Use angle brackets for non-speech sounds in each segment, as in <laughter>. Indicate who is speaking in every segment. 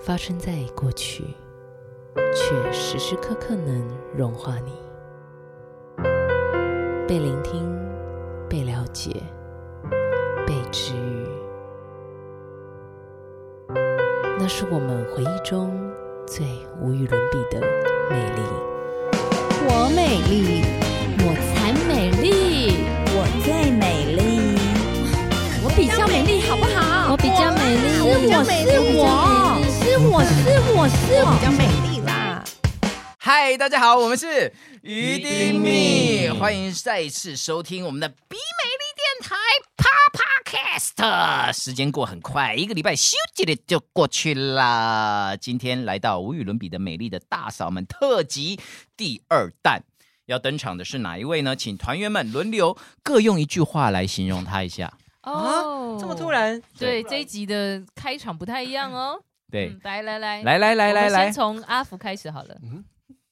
Speaker 1: 发生在过去，却时时刻刻能融化你。被聆听，被了解，被治愈，那是我们回忆中最无与伦比的美丽。
Speaker 2: 我美丽，
Speaker 3: 我才美丽，
Speaker 4: 我最美丽，
Speaker 3: 我比较美丽，好不好？
Speaker 2: 我比较美丽，
Speaker 3: 我是我，是我是我是我
Speaker 4: 比较美丽啦。
Speaker 5: 嗨，大家好，我们是
Speaker 6: 鱼
Speaker 5: 鱼
Speaker 6: 丁
Speaker 5: 丁蜜，
Speaker 6: 蜜
Speaker 5: 欢迎再次收听我们的比美丽电台 Papa Cast。时间过很快，一个礼拜咻叽的就过去啦。今天来到无与伦比的美丽的大嫂们特辑第二弹。要登场的是哪一位呢？请团员们轮流各用一句话来形容他一下。
Speaker 6: 啊，这么突？然，
Speaker 2: 对哦这一集的开场不太一样哦。
Speaker 5: 对，
Speaker 2: 嗯，来来来，
Speaker 5: 来来来
Speaker 2: 我
Speaker 5: 来
Speaker 2: 们
Speaker 5: 来
Speaker 2: 先，从阿福开始好了。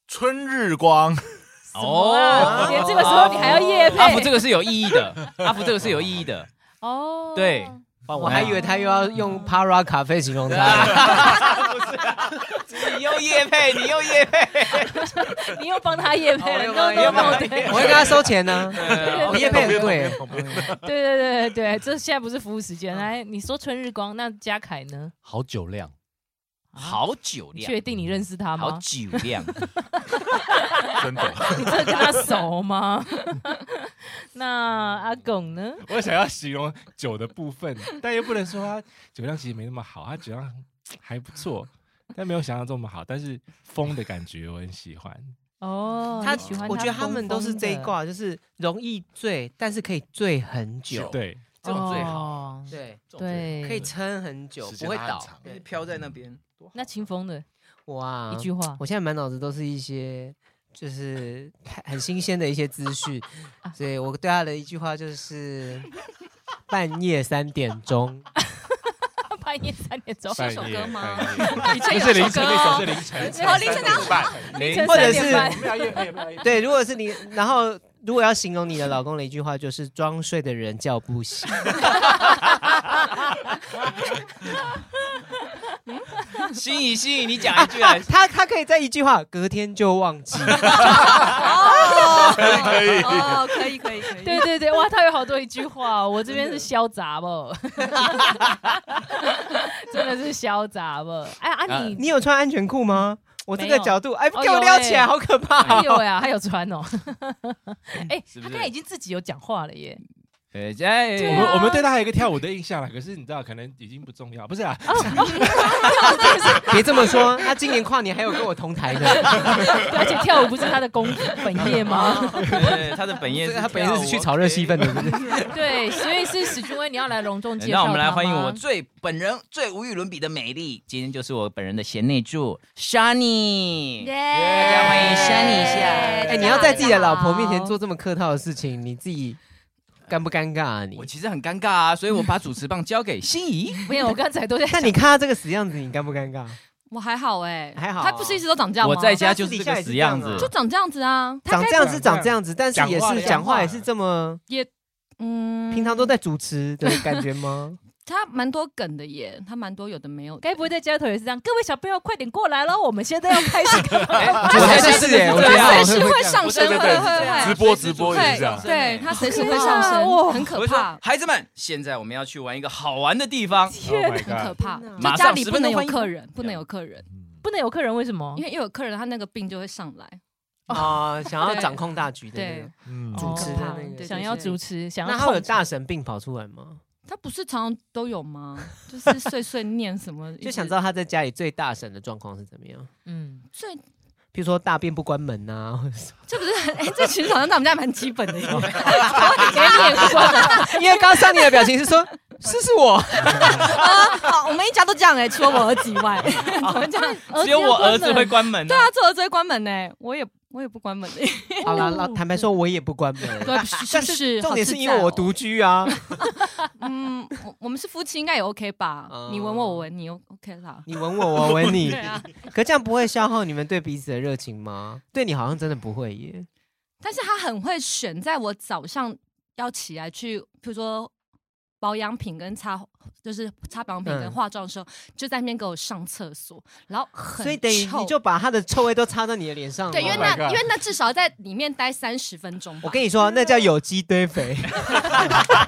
Speaker 7: 春日光，
Speaker 2: 哦，啊，连这个时候你还要夜配？
Speaker 5: 阿福这个是有意义的，阿福这个是有意义的。
Speaker 2: 哦，
Speaker 5: 对
Speaker 6: 我还以为他又要用 Para 咖啡形容 <laughs> 他，
Speaker 5: 你又夜配，你又夜配，
Speaker 2: 你又帮他夜配了
Speaker 5: 哦
Speaker 2: ，no
Speaker 5: 又
Speaker 2: no
Speaker 5: 帮
Speaker 2: no，
Speaker 5: 他夜配
Speaker 2: 对 <laughs>
Speaker 6: 我会跟他收钱 <laughs> 呢。
Speaker 5: 啊
Speaker 2: 对
Speaker 6: 夜配很贵，
Speaker 2: 对对对对对，这现在不是服务时
Speaker 6: 嗯
Speaker 2: 间。来，你说春日光，那嘉凯呢？
Speaker 7: 好酒量，
Speaker 5: 好酒
Speaker 2: 你
Speaker 5: 量，
Speaker 2: 确定你认识
Speaker 5: 好
Speaker 2: 他吗？
Speaker 5: 酒
Speaker 6: <laughs>
Speaker 5: 量，
Speaker 7: 真的。
Speaker 2: 你真的跟他
Speaker 6: <laughs>
Speaker 2: 熟吗？ <laughs> 那阿拱呢？
Speaker 8: 我想要形容酒的部分，但又不能说它酒量其实没那么好，它酒量还不错，但没有想象中那么好。但是风的感觉我很喜欢，
Speaker 2: 哦，
Speaker 6: 他
Speaker 2: 你喜欢
Speaker 6: 我觉得他
Speaker 2: 疯
Speaker 6: 们都是
Speaker 2: 疯
Speaker 6: 这一
Speaker 2: 的
Speaker 6: 挂，就是容易醉，但是可以醉很久。
Speaker 8: 对，
Speaker 5: 这种最
Speaker 6: 哦
Speaker 5: 好。
Speaker 2: 好。
Speaker 6: 对
Speaker 2: 哦对，
Speaker 6: 可以撑很久，
Speaker 7: 时
Speaker 6: 不
Speaker 7: 间
Speaker 6: 会
Speaker 7: 拉很
Speaker 6: 倒。
Speaker 7: 长
Speaker 5: 就是飘在那
Speaker 6: <laughs>
Speaker 5: 边。
Speaker 2: 那清风的
Speaker 6: 哇嗯
Speaker 2: 一！句话，
Speaker 6: 我现在满脑子都是一些就是很新鲜的一些资讯，所以我对他的一句话就是：
Speaker 2: <laughs>
Speaker 6: 半夜三点钟，
Speaker 2: <laughs> 半夜三点钟，
Speaker 8: 半夜
Speaker 3: 首
Speaker 2: <laughs>
Speaker 3: 歌吗
Speaker 8: 半夜
Speaker 3: 以前
Speaker 8: 不
Speaker 3: 有
Speaker 8: 是
Speaker 3: 首
Speaker 8: 凌晨，
Speaker 3: 歌
Speaker 8: 那
Speaker 3: 哦
Speaker 8: 首是凌晨，
Speaker 3: 哦凌晨
Speaker 8: 两半，
Speaker 5: 雷
Speaker 2: 凌晨
Speaker 6: 或者
Speaker 2: 三点
Speaker 6: 是
Speaker 2: 半
Speaker 8: 不要夜配，不要夜配
Speaker 6: <laughs> 对，如果是你，然后如果要形容你的老公的一句话，就是装睡的人叫不醒。。
Speaker 5: 心仪，心仪，你讲一句啊来
Speaker 6: <laughs> 他他可以在一句话，隔天就忘记。
Speaker 3: 哦，可以哦，可以可以可以，
Speaker 2: 对对对，哇，他有好多一句话哦，我这边是潇洒不， <laughs> 真的是潇洒不。哎啊
Speaker 5: 啊
Speaker 2: 你，
Speaker 6: 你有穿安全裤吗？我这个角度，哎，
Speaker 2: 哦
Speaker 6: 给我
Speaker 2: 有
Speaker 6: 撩
Speaker 2: 欸
Speaker 6: 起来，好可怕
Speaker 2: 哎
Speaker 6: 哦！
Speaker 2: 呦呀，他有穿哦。哎，
Speaker 5: 嗯是不
Speaker 2: 他
Speaker 5: 是
Speaker 2: 刚才已经自己有讲话了耶。
Speaker 5: 对，哎
Speaker 2: 对啊
Speaker 8: 我们我们对他还有一个跳舞的印象了，可是你知道，可能已经不重要，不是啊？ <laughs>
Speaker 6: 别这么说，他今年跨年还有跟我同台的，
Speaker 2: 对而且跳舞不是他的工本业
Speaker 5: <laughs>
Speaker 2: 吗？
Speaker 5: 对他的本业是啊
Speaker 6: 他本身是去
Speaker 5: 炒
Speaker 6: 炒热气氛的，对不对？
Speaker 2: 对，所以是史君威，你要来隆重介绍。
Speaker 5: 那我们来欢迎我。最本人最无与伦比的美丽，今天就是我本人的贤内助 Shani。
Speaker 2: 哎
Speaker 3: 大
Speaker 5: 家欢迎扇你一下
Speaker 6: 哎，你要在自己的老婆面前做这么客套的事情，你自己尴不尴尬啊？你
Speaker 5: 我？其实很尴尬啊，所以我把主持棒交给心仪。
Speaker 2: 没有，我刚才
Speaker 5: <laughs>
Speaker 2: 都在
Speaker 6: 那
Speaker 2: 想
Speaker 6: 你看他这个死样子，你尴不尴尬？
Speaker 3: 我还好哎，
Speaker 6: 还好啊
Speaker 3: 他不是一直都长这样吗？
Speaker 5: 我在家就是这个死样
Speaker 6: 他私底下也是这样
Speaker 5: 子
Speaker 6: 啊
Speaker 3: 就，长这样子啊，他
Speaker 6: 长这样是长这样子，但是也
Speaker 8: 讲话
Speaker 6: 是
Speaker 8: 的
Speaker 6: 讲
Speaker 8: 样
Speaker 6: 话也
Speaker 8: 子
Speaker 6: 是这么，
Speaker 3: 嗯
Speaker 6: 平常都在主持的感觉 <laughs> 吗？
Speaker 3: 他蛮多梗的耶，他蛮多有的没有的，
Speaker 2: 该不会在街头也是这样？各位小朋友，快点过来喽！我们现在要开始。
Speaker 5: <laughs> 哎
Speaker 6: 我
Speaker 5: 我
Speaker 6: 还
Speaker 5: 在家
Speaker 6: 是是
Speaker 5: 真的
Speaker 6: 欸
Speaker 5: 是
Speaker 6: 我
Speaker 5: 这
Speaker 6: 觉得
Speaker 5: 样
Speaker 3: 他
Speaker 6: 好
Speaker 3: 随时会上升，
Speaker 7: 对
Speaker 3: 会
Speaker 7: 对对
Speaker 3: 会
Speaker 7: 直
Speaker 3: 会。
Speaker 7: 播直播也是这样
Speaker 3: 对，，对他随时会
Speaker 2: 好可怕
Speaker 3: 上
Speaker 2: 哇
Speaker 3: 升，很可
Speaker 5: 我就
Speaker 3: 怕
Speaker 5: 说，孩子们，现在我们要去玩一个好玩的地方。
Speaker 8: Oh my
Speaker 3: 很可
Speaker 8: god！
Speaker 3: 怕。
Speaker 6: 天
Speaker 5: 哪
Speaker 3: 就家里不能
Speaker 5: 马上十分钟欢
Speaker 3: 有
Speaker 5: 迎
Speaker 3: 客人，不能有客人，
Speaker 2: 不能有客人，为什么
Speaker 3: 因？为一有客人，他那个病就会上来。
Speaker 6: 啊，想要
Speaker 3: 对
Speaker 6: 掌控大局的那
Speaker 3: 对
Speaker 6: 种。，
Speaker 8: 嗯
Speaker 6: 主持的
Speaker 2: 哦
Speaker 6: 那个
Speaker 2: 想要主持，想要
Speaker 6: 那他有
Speaker 2: 控场
Speaker 6: 大神病跑出来吗？
Speaker 3: 他不是常常都有吗？就是碎碎念什么，
Speaker 6: 就想知道他在家里最大神的状况是怎么样，
Speaker 2: 嗯，
Speaker 3: 最
Speaker 6: 譬如说大便不关门呐、或者 <laughs> 是
Speaker 3: 这不是哎，这其实好像在我们家蛮基本的耶。
Speaker 2: 给你也不关门
Speaker 6: 因为刚上你的表情是说是是
Speaker 3: <laughs>
Speaker 6: 我，
Speaker 3: 啊，我们一家都这样哎，除了我儿子以
Speaker 2: <laughs>
Speaker 3: 外，怎么这样？
Speaker 5: 只有我儿子会关门。
Speaker 3: 对啊，做儿子会关门呢，我也我也不关门
Speaker 6: <laughs>
Speaker 3: 的。
Speaker 6: 好啦，老坦白说我也不
Speaker 3: <laughs>
Speaker 6: 关门，
Speaker 9: 啊
Speaker 3: 对，是
Speaker 6: 但
Speaker 3: 不是？
Speaker 6: 重点是
Speaker 3: 好自
Speaker 6: 因
Speaker 3: 在哦
Speaker 6: 为我。独居啊。
Speaker 3: 嗯，我我们是夫妻，应该也 OK 吧
Speaker 6: 嗯？
Speaker 3: 你吻我，我吻你，O OK
Speaker 6: <laughs>
Speaker 3: 啦。
Speaker 6: 你吻我，我吻
Speaker 3: <laughs>
Speaker 6: 你
Speaker 3: 对，啊，
Speaker 6: 可这样不会消耗你们对彼此的热情吗？对你好像真的不会耶。
Speaker 3: 但是他很会选在我早上要起来去，比如说
Speaker 9: 保养品跟擦就是擦保养品跟
Speaker 6: 嗯
Speaker 9: 化妆的时候，就在那边给我上厕所，然后很
Speaker 6: 所以等于
Speaker 9: 臭
Speaker 6: 你就把他的臭味都擦到你的脸上了。
Speaker 9: 对，因为
Speaker 8: Oh
Speaker 9: 那
Speaker 8: my
Speaker 9: 因
Speaker 8: god
Speaker 9: 为那至少在里面待三十分钟吧。
Speaker 6: 我跟你说，那叫有机堆肥，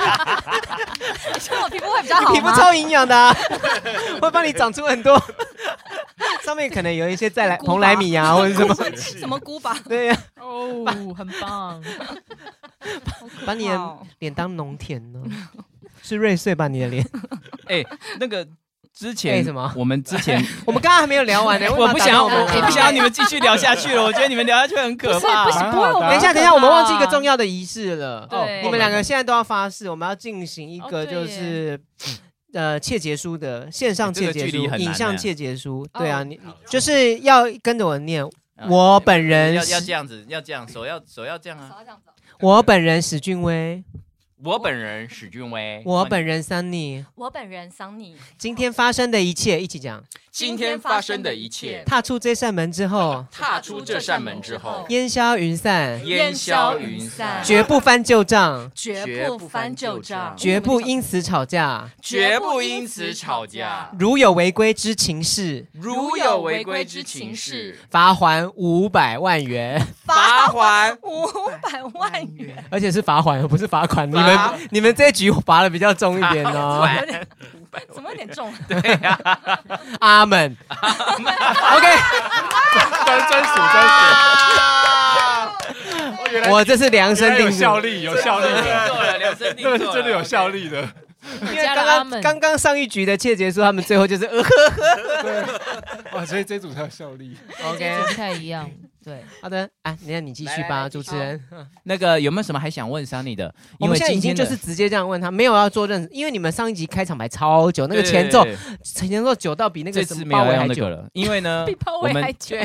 Speaker 3: 你觉得我皮肤会比较好
Speaker 6: <laughs> 皮肤
Speaker 3: 吗？
Speaker 6: 超营养的、啊， <laughs> 会帮你长出很多。 <laughs> 上面可能有一些再来
Speaker 3: 菇吧
Speaker 6: 蓬莱米
Speaker 2: <laughs>
Speaker 6: 啊，或者什么，
Speaker 9: <laughs>
Speaker 3: 什么菇吧？
Speaker 6: 对呀、
Speaker 2: 哦，很棒，
Speaker 6: 把你的
Speaker 3: 好
Speaker 6: 脸当农田呢，是瑞穗吧？你的脸， <laughs>
Speaker 5: 哎、那个之
Speaker 6: 哎
Speaker 5: 前
Speaker 6: 什么啊
Speaker 5: 我们之
Speaker 6: <laughs>
Speaker 5: 前
Speaker 6: 我们刚刚还没有聊完呢。
Speaker 5: <laughs> 我不想要，
Speaker 6: 要，
Speaker 5: 我
Speaker 6: 们啊
Speaker 5: 我
Speaker 6: 了
Speaker 5: 不想要你们继续聊下去了。 <laughs> 我觉得你们聊下去很可怕。
Speaker 2: 不是不会，
Speaker 8: 啊
Speaker 2: 我
Speaker 6: 啊
Speaker 2: 们
Speaker 6: 等一下，等一下，我们忘记一个重要的仪式了。
Speaker 2: 对
Speaker 6: 哦你们两个现在都要发誓，我们要进行一
Speaker 2: 哦
Speaker 6: 个
Speaker 2: 对
Speaker 6: 就是。呃，切结书的线上
Speaker 5: 哎这
Speaker 6: 切
Speaker 5: 个
Speaker 6: 结
Speaker 5: 距
Speaker 6: 书
Speaker 5: 离、很
Speaker 6: 影
Speaker 5: 难
Speaker 6: 像
Speaker 5: 呢
Speaker 6: 切结书，
Speaker 2: 哦
Speaker 6: 对啊，你
Speaker 5: 好
Speaker 6: 就是要跟着我念。
Speaker 5: 啊
Speaker 6: 我本人
Speaker 5: 要要
Speaker 6: 是
Speaker 5: 这样子，要这样，手要手要这样啊。
Speaker 6: 我本人史俊威，
Speaker 5: 我本人史俊威，
Speaker 6: 我本人 Sunny，
Speaker 9: 我本人桑
Speaker 6: <laughs>
Speaker 9: 尼，
Speaker 6: 今天发生的一切一起讲。
Speaker 5: 今天发生的一切，
Speaker 6: 踏出这扇门之后，
Speaker 5: 踏出这扇门之后，
Speaker 6: 烟消云散，
Speaker 5: 烟消云散，
Speaker 6: 绝不翻旧账，
Speaker 5: 绝不翻旧账
Speaker 6: 绝不因此吵架。
Speaker 5: 绝不因此吵架，
Speaker 6: 如有违规之情事，
Speaker 5: 如有违规之情事，
Speaker 6: 罚还五百万元。 <laughs>
Speaker 5: 罚还
Speaker 3: 五百万元，
Speaker 6: 而且是罚款，而不是罚款。你们
Speaker 5: 罚
Speaker 6: 你们这局罚的比较重一点哦，
Speaker 5: 还。
Speaker 3: 怎么有点重？
Speaker 6: 阿门。OK， <laughs>
Speaker 8: 专专属 <laughs> 专
Speaker 5: 啊
Speaker 6: 我这是量身
Speaker 8: 属，有
Speaker 6: 定
Speaker 8: 效
Speaker 6: 做，
Speaker 8: 力，有效力的，
Speaker 5: 够了，两声定
Speaker 8: 那
Speaker 5: 够了
Speaker 8: 个是真的有效。力的。
Speaker 6: 因为
Speaker 2: 加
Speaker 6: 刚
Speaker 2: 了阿
Speaker 6: 刚
Speaker 2: 门
Speaker 6: 刚刚上一局的切结束，他们最后就是呃
Speaker 8: 哇，所以这组才有效力。
Speaker 6: OK
Speaker 2: 不太一 <laughs> 样，对，
Speaker 6: 好的，哎，那你继续
Speaker 5: 来来
Speaker 6: 吧，
Speaker 5: 来
Speaker 6: 主持人。
Speaker 5: 那个有没有什么还想问 Sunny 的？
Speaker 6: 我
Speaker 5: 因
Speaker 6: 们
Speaker 5: 为
Speaker 6: 现在已
Speaker 5: 今
Speaker 6: 经
Speaker 5: 天
Speaker 6: 就
Speaker 5: 的
Speaker 6: 是直接这样问他，没有要做任，因为你们上一集开场白超久，那个前奏
Speaker 5: 对对对
Speaker 6: 前奏久到比那
Speaker 5: 这
Speaker 6: 个什
Speaker 5: 次
Speaker 6: 么
Speaker 5: 没
Speaker 6: 包
Speaker 5: 有
Speaker 6: 围
Speaker 5: 用
Speaker 6: 还
Speaker 5: 那
Speaker 6: 久
Speaker 5: 个。了，因为呢， <laughs>
Speaker 2: 比鲍
Speaker 5: 我
Speaker 2: 威
Speaker 5: 们
Speaker 2: 还绝，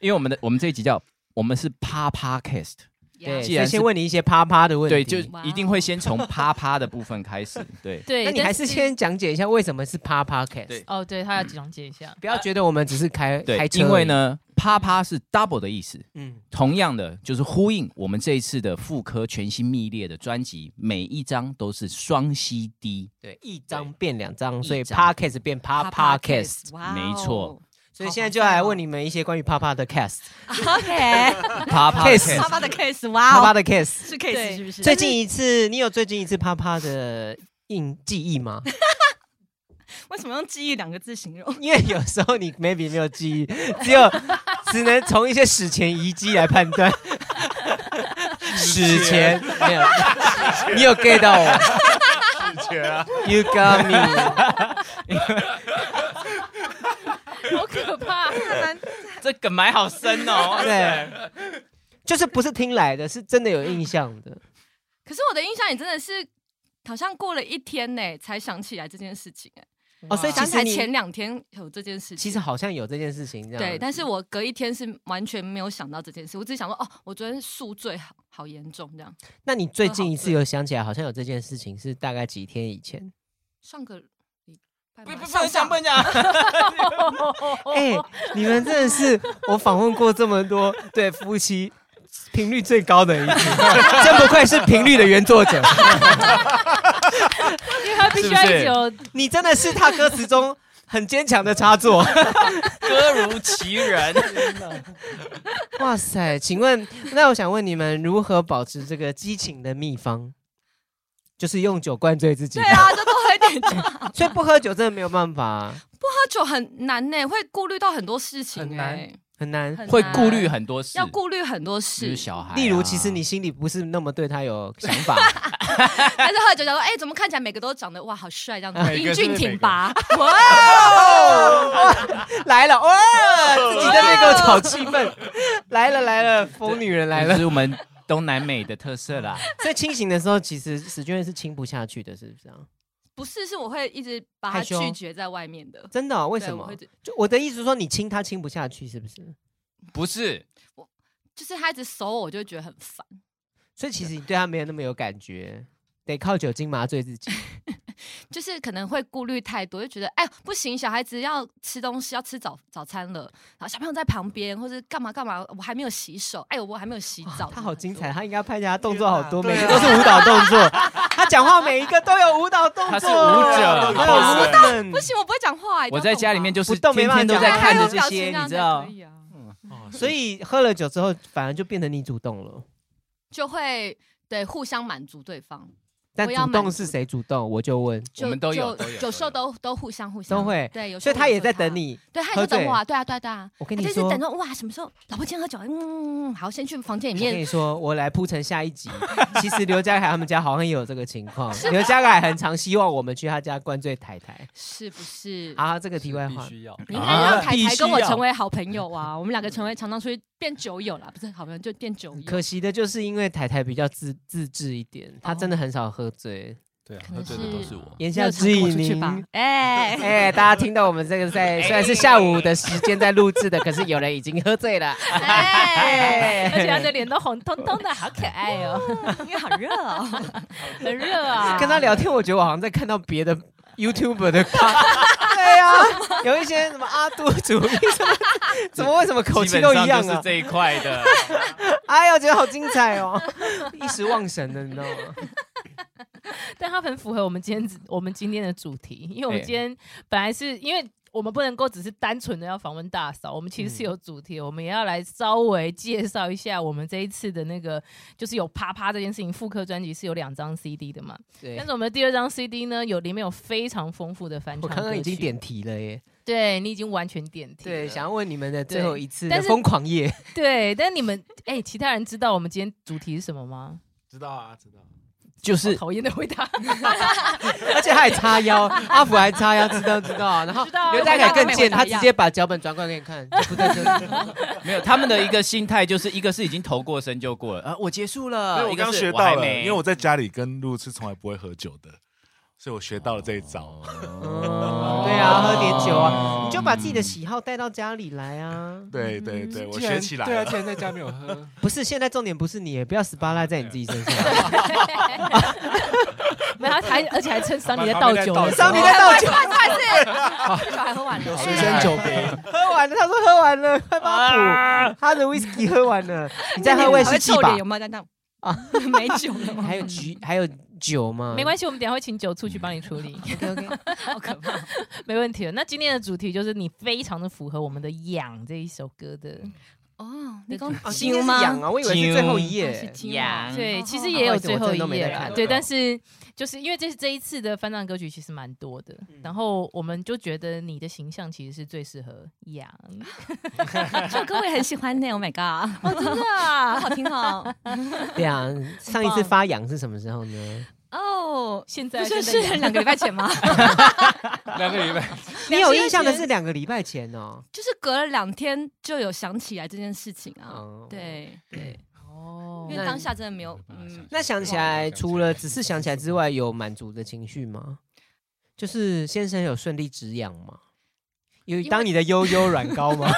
Speaker 5: 因为我们的我们这一集叫我们是啪啪 cast，
Speaker 6: 对，
Speaker 5: 既
Speaker 6: 所以
Speaker 5: 然是
Speaker 6: 先问你一些啪啪的问题。
Speaker 5: 对，就一定会先从啪啪的部分开
Speaker 6: <laughs>
Speaker 5: 始，对。
Speaker 2: 对，
Speaker 6: 那你
Speaker 2: 但
Speaker 6: 还是先讲解一下为什么是啪啪 cast。
Speaker 5: 对
Speaker 2: 哦，对他要讲解一下，
Speaker 6: 不要觉得我们只是开
Speaker 5: 对
Speaker 6: 开，车，
Speaker 5: 因为，呢，啪啪是 double 的意思，
Speaker 6: 嗯，
Speaker 5: 同样的就是呼应我们这一次的妇科全新密列的专辑，每一张都是双 CD，
Speaker 6: 对，一张变两张，
Speaker 5: 一
Speaker 6: 所以
Speaker 5: 张
Speaker 6: podcast 变啪啪 cast，
Speaker 3: 哇哦
Speaker 5: 没错。
Speaker 6: 所以现在就来问你们一些关于啪啪的 cast，
Speaker 3: OK，
Speaker 6: <laughs>
Speaker 5: 啪啪
Speaker 6: Case
Speaker 3: 爸
Speaker 5: cast
Speaker 3: 爸的 case，
Speaker 6: 啪
Speaker 3: 哇
Speaker 6: 啪
Speaker 3: 哦，
Speaker 6: 的 cast。
Speaker 3: 是 case 是不是？
Speaker 6: 最近一次，你有最近一次啪啪的印记忆吗？
Speaker 3: 为什么用记忆两个字形容？
Speaker 6: 因为有时候你 maybe 没有记忆，只有只能从一些史前遗迹来判断。史前没有，你有 get 到我
Speaker 7: 以前啊，
Speaker 6: ？You got me。
Speaker 2: 好可怕，
Speaker 5: 这梗埋好深 <laughs> 哦。
Speaker 6: 对，就是不是听来的，是真的有印象的。
Speaker 9: 可是我的印象里真的是好像过了一天呢，才想起来这件事情哎。
Speaker 6: 哦，所以其
Speaker 9: 想起
Speaker 6: 实
Speaker 9: 来
Speaker 6: 你
Speaker 9: 前两天有这件事情，
Speaker 6: 其实呃好像有这件事情，这样
Speaker 9: 对，但是我隔一天是完全没有想到这件事，我只是想说，哦，我昨天宿醉好好严重，这样
Speaker 6: 那你最近一
Speaker 9: 哦
Speaker 6: 次有想起来好像有这件事情是大概几天以前？
Speaker 9: 上个礼拜
Speaker 5: 不
Speaker 9: 吧
Speaker 5: 不不
Speaker 9: 上
Speaker 5: 能讲，
Speaker 9: 上
Speaker 5: 不能讲。
Speaker 2: 哦
Speaker 6: 哎、你们真的是我访问过这么多对夫妻频率最高的 <laughs> 一次，真不愧是频率的原作者。
Speaker 2: 因为他必须要一直有
Speaker 6: 你真的是他歌词中很坚强的插座。
Speaker 5: 歌如其人，
Speaker 6: <laughs> 哇塞，请问，那我想问你们如何保持这个激情的秘方？就是用酒灌醉自己
Speaker 9: 对，啊，就多喝一点 <laughs> 酒，喝
Speaker 6: <laughs> 所以不喝酒真的没有办法、啊
Speaker 9: 酒很难呢，会顾虑到很多事情，哎
Speaker 6: 很难，很难。
Speaker 9: 很
Speaker 5: <laughs> 会
Speaker 9: 难
Speaker 5: 顾虑，很多事，
Speaker 9: 要顾虑很多
Speaker 5: 就是
Speaker 9: 事，
Speaker 5: 小孩啊。
Speaker 6: 例如，其实你心里不是那么对他有想法，
Speaker 9: 但是喝酒想说，哎，怎么看起来每个都长得哇好帅这样子，
Speaker 8: 每个
Speaker 9: 英
Speaker 8: 是
Speaker 9: 俊挺拔，
Speaker 6: <laughs> 来
Speaker 5: <laughs>
Speaker 6: 了，哇！自己在那边给我炒气氛，来了来了，疯女人来
Speaker 5: 这
Speaker 6: 了
Speaker 5: 是。我们东南美的特色啦。
Speaker 6: 所以清醒的时候，其实史俊彦是亲不下去的，是不是啊？
Speaker 9: 不是，是我会一直把他
Speaker 6: 害羞
Speaker 9: 拒绝在外面的。
Speaker 6: 真的哦、为
Speaker 9: 为
Speaker 6: 什么
Speaker 9: 会？一直
Speaker 6: 就我的意思是说，你亲他亲不下去，是不是？
Speaker 5: <laughs> 不是，
Speaker 9: 就是他一直熟我，我就会觉得很烦。
Speaker 5: <laughs>
Speaker 6: 所以其实你对他没有那么有感觉，得靠酒精麻醉自己。
Speaker 9: 就是可能会顾虑太多，就觉得哎不行，小孩子要吃东西，要吃早早餐了，然后小朋友在旁边或者干嘛干嘛，我还没有洗手，哎我还没有洗澡，
Speaker 6: 他好精彩，他应该拍下他动作好多，每个都是舞蹈动作。他讲话每一个都有舞蹈动
Speaker 5: 他
Speaker 6: 作，
Speaker 5: 是舞者
Speaker 6: 都有舞蹈
Speaker 9: 不行，我不会讲话、哎
Speaker 5: 我在家里面就是
Speaker 6: 不动没
Speaker 5: 天
Speaker 6: 办法
Speaker 5: 天都
Speaker 6: 讲
Speaker 5: 在
Speaker 6: 话
Speaker 5: 看着
Speaker 9: 着
Speaker 5: 这些，你知道？
Speaker 6: 所以喝了酒之后，反而就变成你主动了。
Speaker 9: 就会对互相满足对方，
Speaker 6: 但
Speaker 9: 我要
Speaker 6: 主
Speaker 9: 满
Speaker 6: 动是谁主动，我就问，
Speaker 9: 就
Speaker 5: 我们都有
Speaker 9: 就
Speaker 5: 都有
Speaker 9: 有时候都都互相互相
Speaker 6: 都会
Speaker 9: 对，有时
Speaker 6: 所
Speaker 9: 候
Speaker 6: 以他也
Speaker 9: 我
Speaker 6: 在
Speaker 9: 会
Speaker 6: 等，你。
Speaker 9: 对，他
Speaker 6: 喝
Speaker 9: 也在等我
Speaker 6: 醉
Speaker 9: 啊，对啊对啊对啊，
Speaker 6: 我跟
Speaker 9: 他
Speaker 6: 你
Speaker 9: 就是
Speaker 6: 说
Speaker 9: 等着哇什么时候老婆今天喝酒，嗯嗯，嗯好先去房间
Speaker 6: 我
Speaker 9: 里
Speaker 6: 跟
Speaker 9: 面
Speaker 6: 你说，我来铺陈下一
Speaker 9: <laughs>
Speaker 6: 集。其实刘家凯他们家好像也有这个情况，刘家凯很常希望我们去他家灌醉台台。
Speaker 9: 是不是？
Speaker 6: 啊，这个题外话，
Speaker 8: 须要
Speaker 9: 你应该让台
Speaker 5: 必
Speaker 9: 台
Speaker 5: 须
Speaker 9: 跟我
Speaker 5: 要
Speaker 9: 成为好朋友啊！我们两个成为常常出去变酒友啦，不是好朋友就变酒友。
Speaker 6: 可惜的就是因为台台比较自自制一点，他真的很少喝醉。
Speaker 8: 对啊，
Speaker 9: 可
Speaker 8: 喝
Speaker 9: 能
Speaker 8: 醉的都
Speaker 9: 是
Speaker 8: 是我。
Speaker 9: 哦
Speaker 6: 言
Speaker 9: 没
Speaker 6: 下
Speaker 9: 有常
Speaker 6: 之
Speaker 9: 跟我
Speaker 6: 意，
Speaker 9: 出去吧
Speaker 6: 您？
Speaker 9: 哎、
Speaker 6: <laughs> 哎，大家听到我们这
Speaker 9: <laughs>
Speaker 6: 个在虽然是下午的时间在录制的，可是有人已经喝醉了。
Speaker 2: 哎，
Speaker 6: 哎
Speaker 2: 而且他的脸都红彤彤的，好可爱哦，
Speaker 4: 因为好热哦。
Speaker 2: 很热啊。
Speaker 6: <laughs> 跟他聊天，我觉得我好像在看到别 <laughs> 的 YouTuber 的咖。 <laughs> 对呀、啊，有一些什么阿都主义什么，怎么为什么口气都一样
Speaker 5: 基本上就
Speaker 6: 啊
Speaker 5: 是？这一块 <laughs> 的。
Speaker 6: 哎呀，我觉得好精彩哦， <laughs> 一时忘神了，你知道吗？
Speaker 2: 但它很符合我们今天我们今天的主题，因为我们
Speaker 6: 对
Speaker 2: 今天本来是因为我们不能够只是单纯的要访问大嫂，我们其
Speaker 6: 嗯
Speaker 2: 实是有主题，我们也要来稍微介绍一下我们这一次的那个就是有啪啪这件事情，复刻专辑是有两张 CD 的嘛，
Speaker 6: 对
Speaker 2: 但，是我们的第二张 CD 呢，有里面有非常丰富的翻
Speaker 6: 我
Speaker 2: 唱，
Speaker 6: 刚刚已经，点题了耶。
Speaker 2: 对你已经完全点题了，
Speaker 6: 对，啊想要问你们的最后一次的
Speaker 2: 但是
Speaker 6: 疯狂夜，
Speaker 2: 对，但你们哎、其他人知道我们今天主题是什么吗？
Speaker 8: 知道啊，知道。
Speaker 6: <laughs>
Speaker 5: 就是
Speaker 2: 讨厌的回答，
Speaker 6: 而且他还叉 <laughs> 腰，阿福还叉腰，知道知道啊。然后
Speaker 2: 知道啊
Speaker 6: 刘家凯更
Speaker 9: 我刚刚没回
Speaker 6: 贱，
Speaker 9: 答
Speaker 6: 他直接把脚本转过来给你看，就不在 <laughs> 这里。
Speaker 5: 没有他们的一个心态，就是一个是已经头过身就过了啊，我结束了。
Speaker 7: 对，我
Speaker 5: 一个
Speaker 7: 刚
Speaker 5: 是
Speaker 7: 学
Speaker 5: 我
Speaker 7: 到
Speaker 5: 还
Speaker 7: 了，
Speaker 5: 没
Speaker 7: 因为我在家里跟露是从来不会喝酒的，所以我学到了这一招。
Speaker 6: 嗯，对啊，喝点酒啊，你就把自己的喜好带到家里来啊。
Speaker 7: 对对对，我
Speaker 8: 既然
Speaker 7: 学起来
Speaker 8: 对啊，
Speaker 7: 了
Speaker 8: 既。然在家没有
Speaker 7: <laughs>
Speaker 8: 喝，
Speaker 6: 不是，现在重点不是你，不要十八拉在你自己身上。
Speaker 2: 没有，他还而且还趁桑尼在倒酒
Speaker 8: 把旁边在倒
Speaker 2: 的
Speaker 8: 酒
Speaker 2: 时候，
Speaker 6: 桑尼在倒酒，
Speaker 9: 酒还喝完了，
Speaker 7: 学生酒杯，
Speaker 6: 喝完了，他说喝完了，快帮我补，他的 whisky 喝完了，你再喝威士忌
Speaker 9: 还会臭
Speaker 6: 吧
Speaker 9: 脸有。没有在那？啊， <laughs> 没酒了吗？
Speaker 6: 还有橘，还有酒吗？
Speaker 2: 没关系，我们等一下会请酒处去帮你处理，
Speaker 9: 嗯
Speaker 2: <laughs>
Speaker 9: 好可怕！
Speaker 2: 没问题的。那今天的主题就是你非常的符合我们的《痒》这一首歌的，
Speaker 9: 哦，你刚
Speaker 6: 哦，今天是痒啊，我以为是最后一页。
Speaker 5: 痒，
Speaker 2: 对，其实也有最后
Speaker 6: 嗯不好
Speaker 2: 一
Speaker 6: 意思我真的都没
Speaker 2: 页
Speaker 6: 在
Speaker 2: 啦，
Speaker 6: 看哦
Speaker 2: 对，但是就是因为这这一次的翻唱歌曲其实蛮多的，
Speaker 9: 嗯
Speaker 2: 然后我们就觉得你的形象其实是最适合痒，
Speaker 9: <laughs> 这首歌我也很喜欢呢。Oh my <laughs> god，
Speaker 2: 哦，真的
Speaker 9: 好 <laughs>
Speaker 2: 啊，
Speaker 9: 好听哦。
Speaker 6: 对啊，上一次发痒是什么时候呢？
Speaker 9: 哦，
Speaker 2: 现在
Speaker 9: 不是
Speaker 2: 现在
Speaker 9: 是两个礼拜 <laughs> 前吗？
Speaker 8: 两个礼拜
Speaker 6: 你有印象的是两个礼拜前哦。
Speaker 9: 就是隔了两天就有想起来这件事情啊。
Speaker 6: 哦，。
Speaker 9: 对对，
Speaker 2: 哦
Speaker 9: 因为当下真的没有，嗯，
Speaker 6: 那想起来，除了只是想起来之外，有满足的情绪吗？就是先生有顺利止痒吗？有
Speaker 9: 为
Speaker 6: 当你的悠悠软膏吗？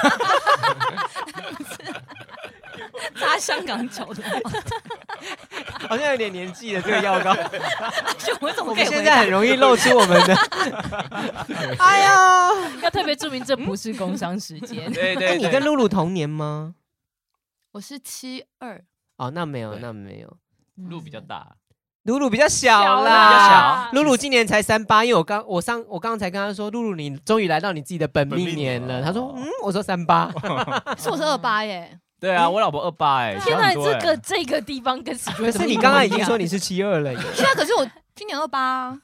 Speaker 9: 扎香港脚的， <laughs>
Speaker 6: 好像有点年纪了，这个药膏。
Speaker 9: 就我怎
Speaker 6: 我
Speaker 9: 么可
Speaker 6: 们
Speaker 9: 以
Speaker 6: 现
Speaker 9: 回
Speaker 6: 在
Speaker 9: 答
Speaker 6: 很？容易露出我们的。哎呀，
Speaker 2: <laughs> 要特别注明这不是工伤时间 <laughs>
Speaker 5: 对
Speaker 6: 那
Speaker 5: 对
Speaker 6: 你
Speaker 5: 对
Speaker 6: 跟，露露同年吗？
Speaker 9: 我是七二，
Speaker 6: 哦，那没有，
Speaker 5: 对
Speaker 6: 那没有。
Speaker 5: 路比较大，啊
Speaker 6: 露露比较小啦，
Speaker 2: 啦，
Speaker 6: 露露今年才三八，因为我刚我上我刚刚才跟她说，露露你终于来到你自己的本命年
Speaker 7: 本命
Speaker 6: 了。
Speaker 7: 年
Speaker 6: 她说嗯，我说三八，
Speaker 9: 是我是二八耶，
Speaker 5: 对啊，我老婆二八哎，
Speaker 2: 天
Speaker 5: 小
Speaker 2: 哪，
Speaker 5: 很多
Speaker 2: 这
Speaker 5: 哎
Speaker 2: 个这个地方跟
Speaker 6: <laughs> 可是你刚刚已经说你是七二了耶，
Speaker 9: 现在可是我今年二八，啊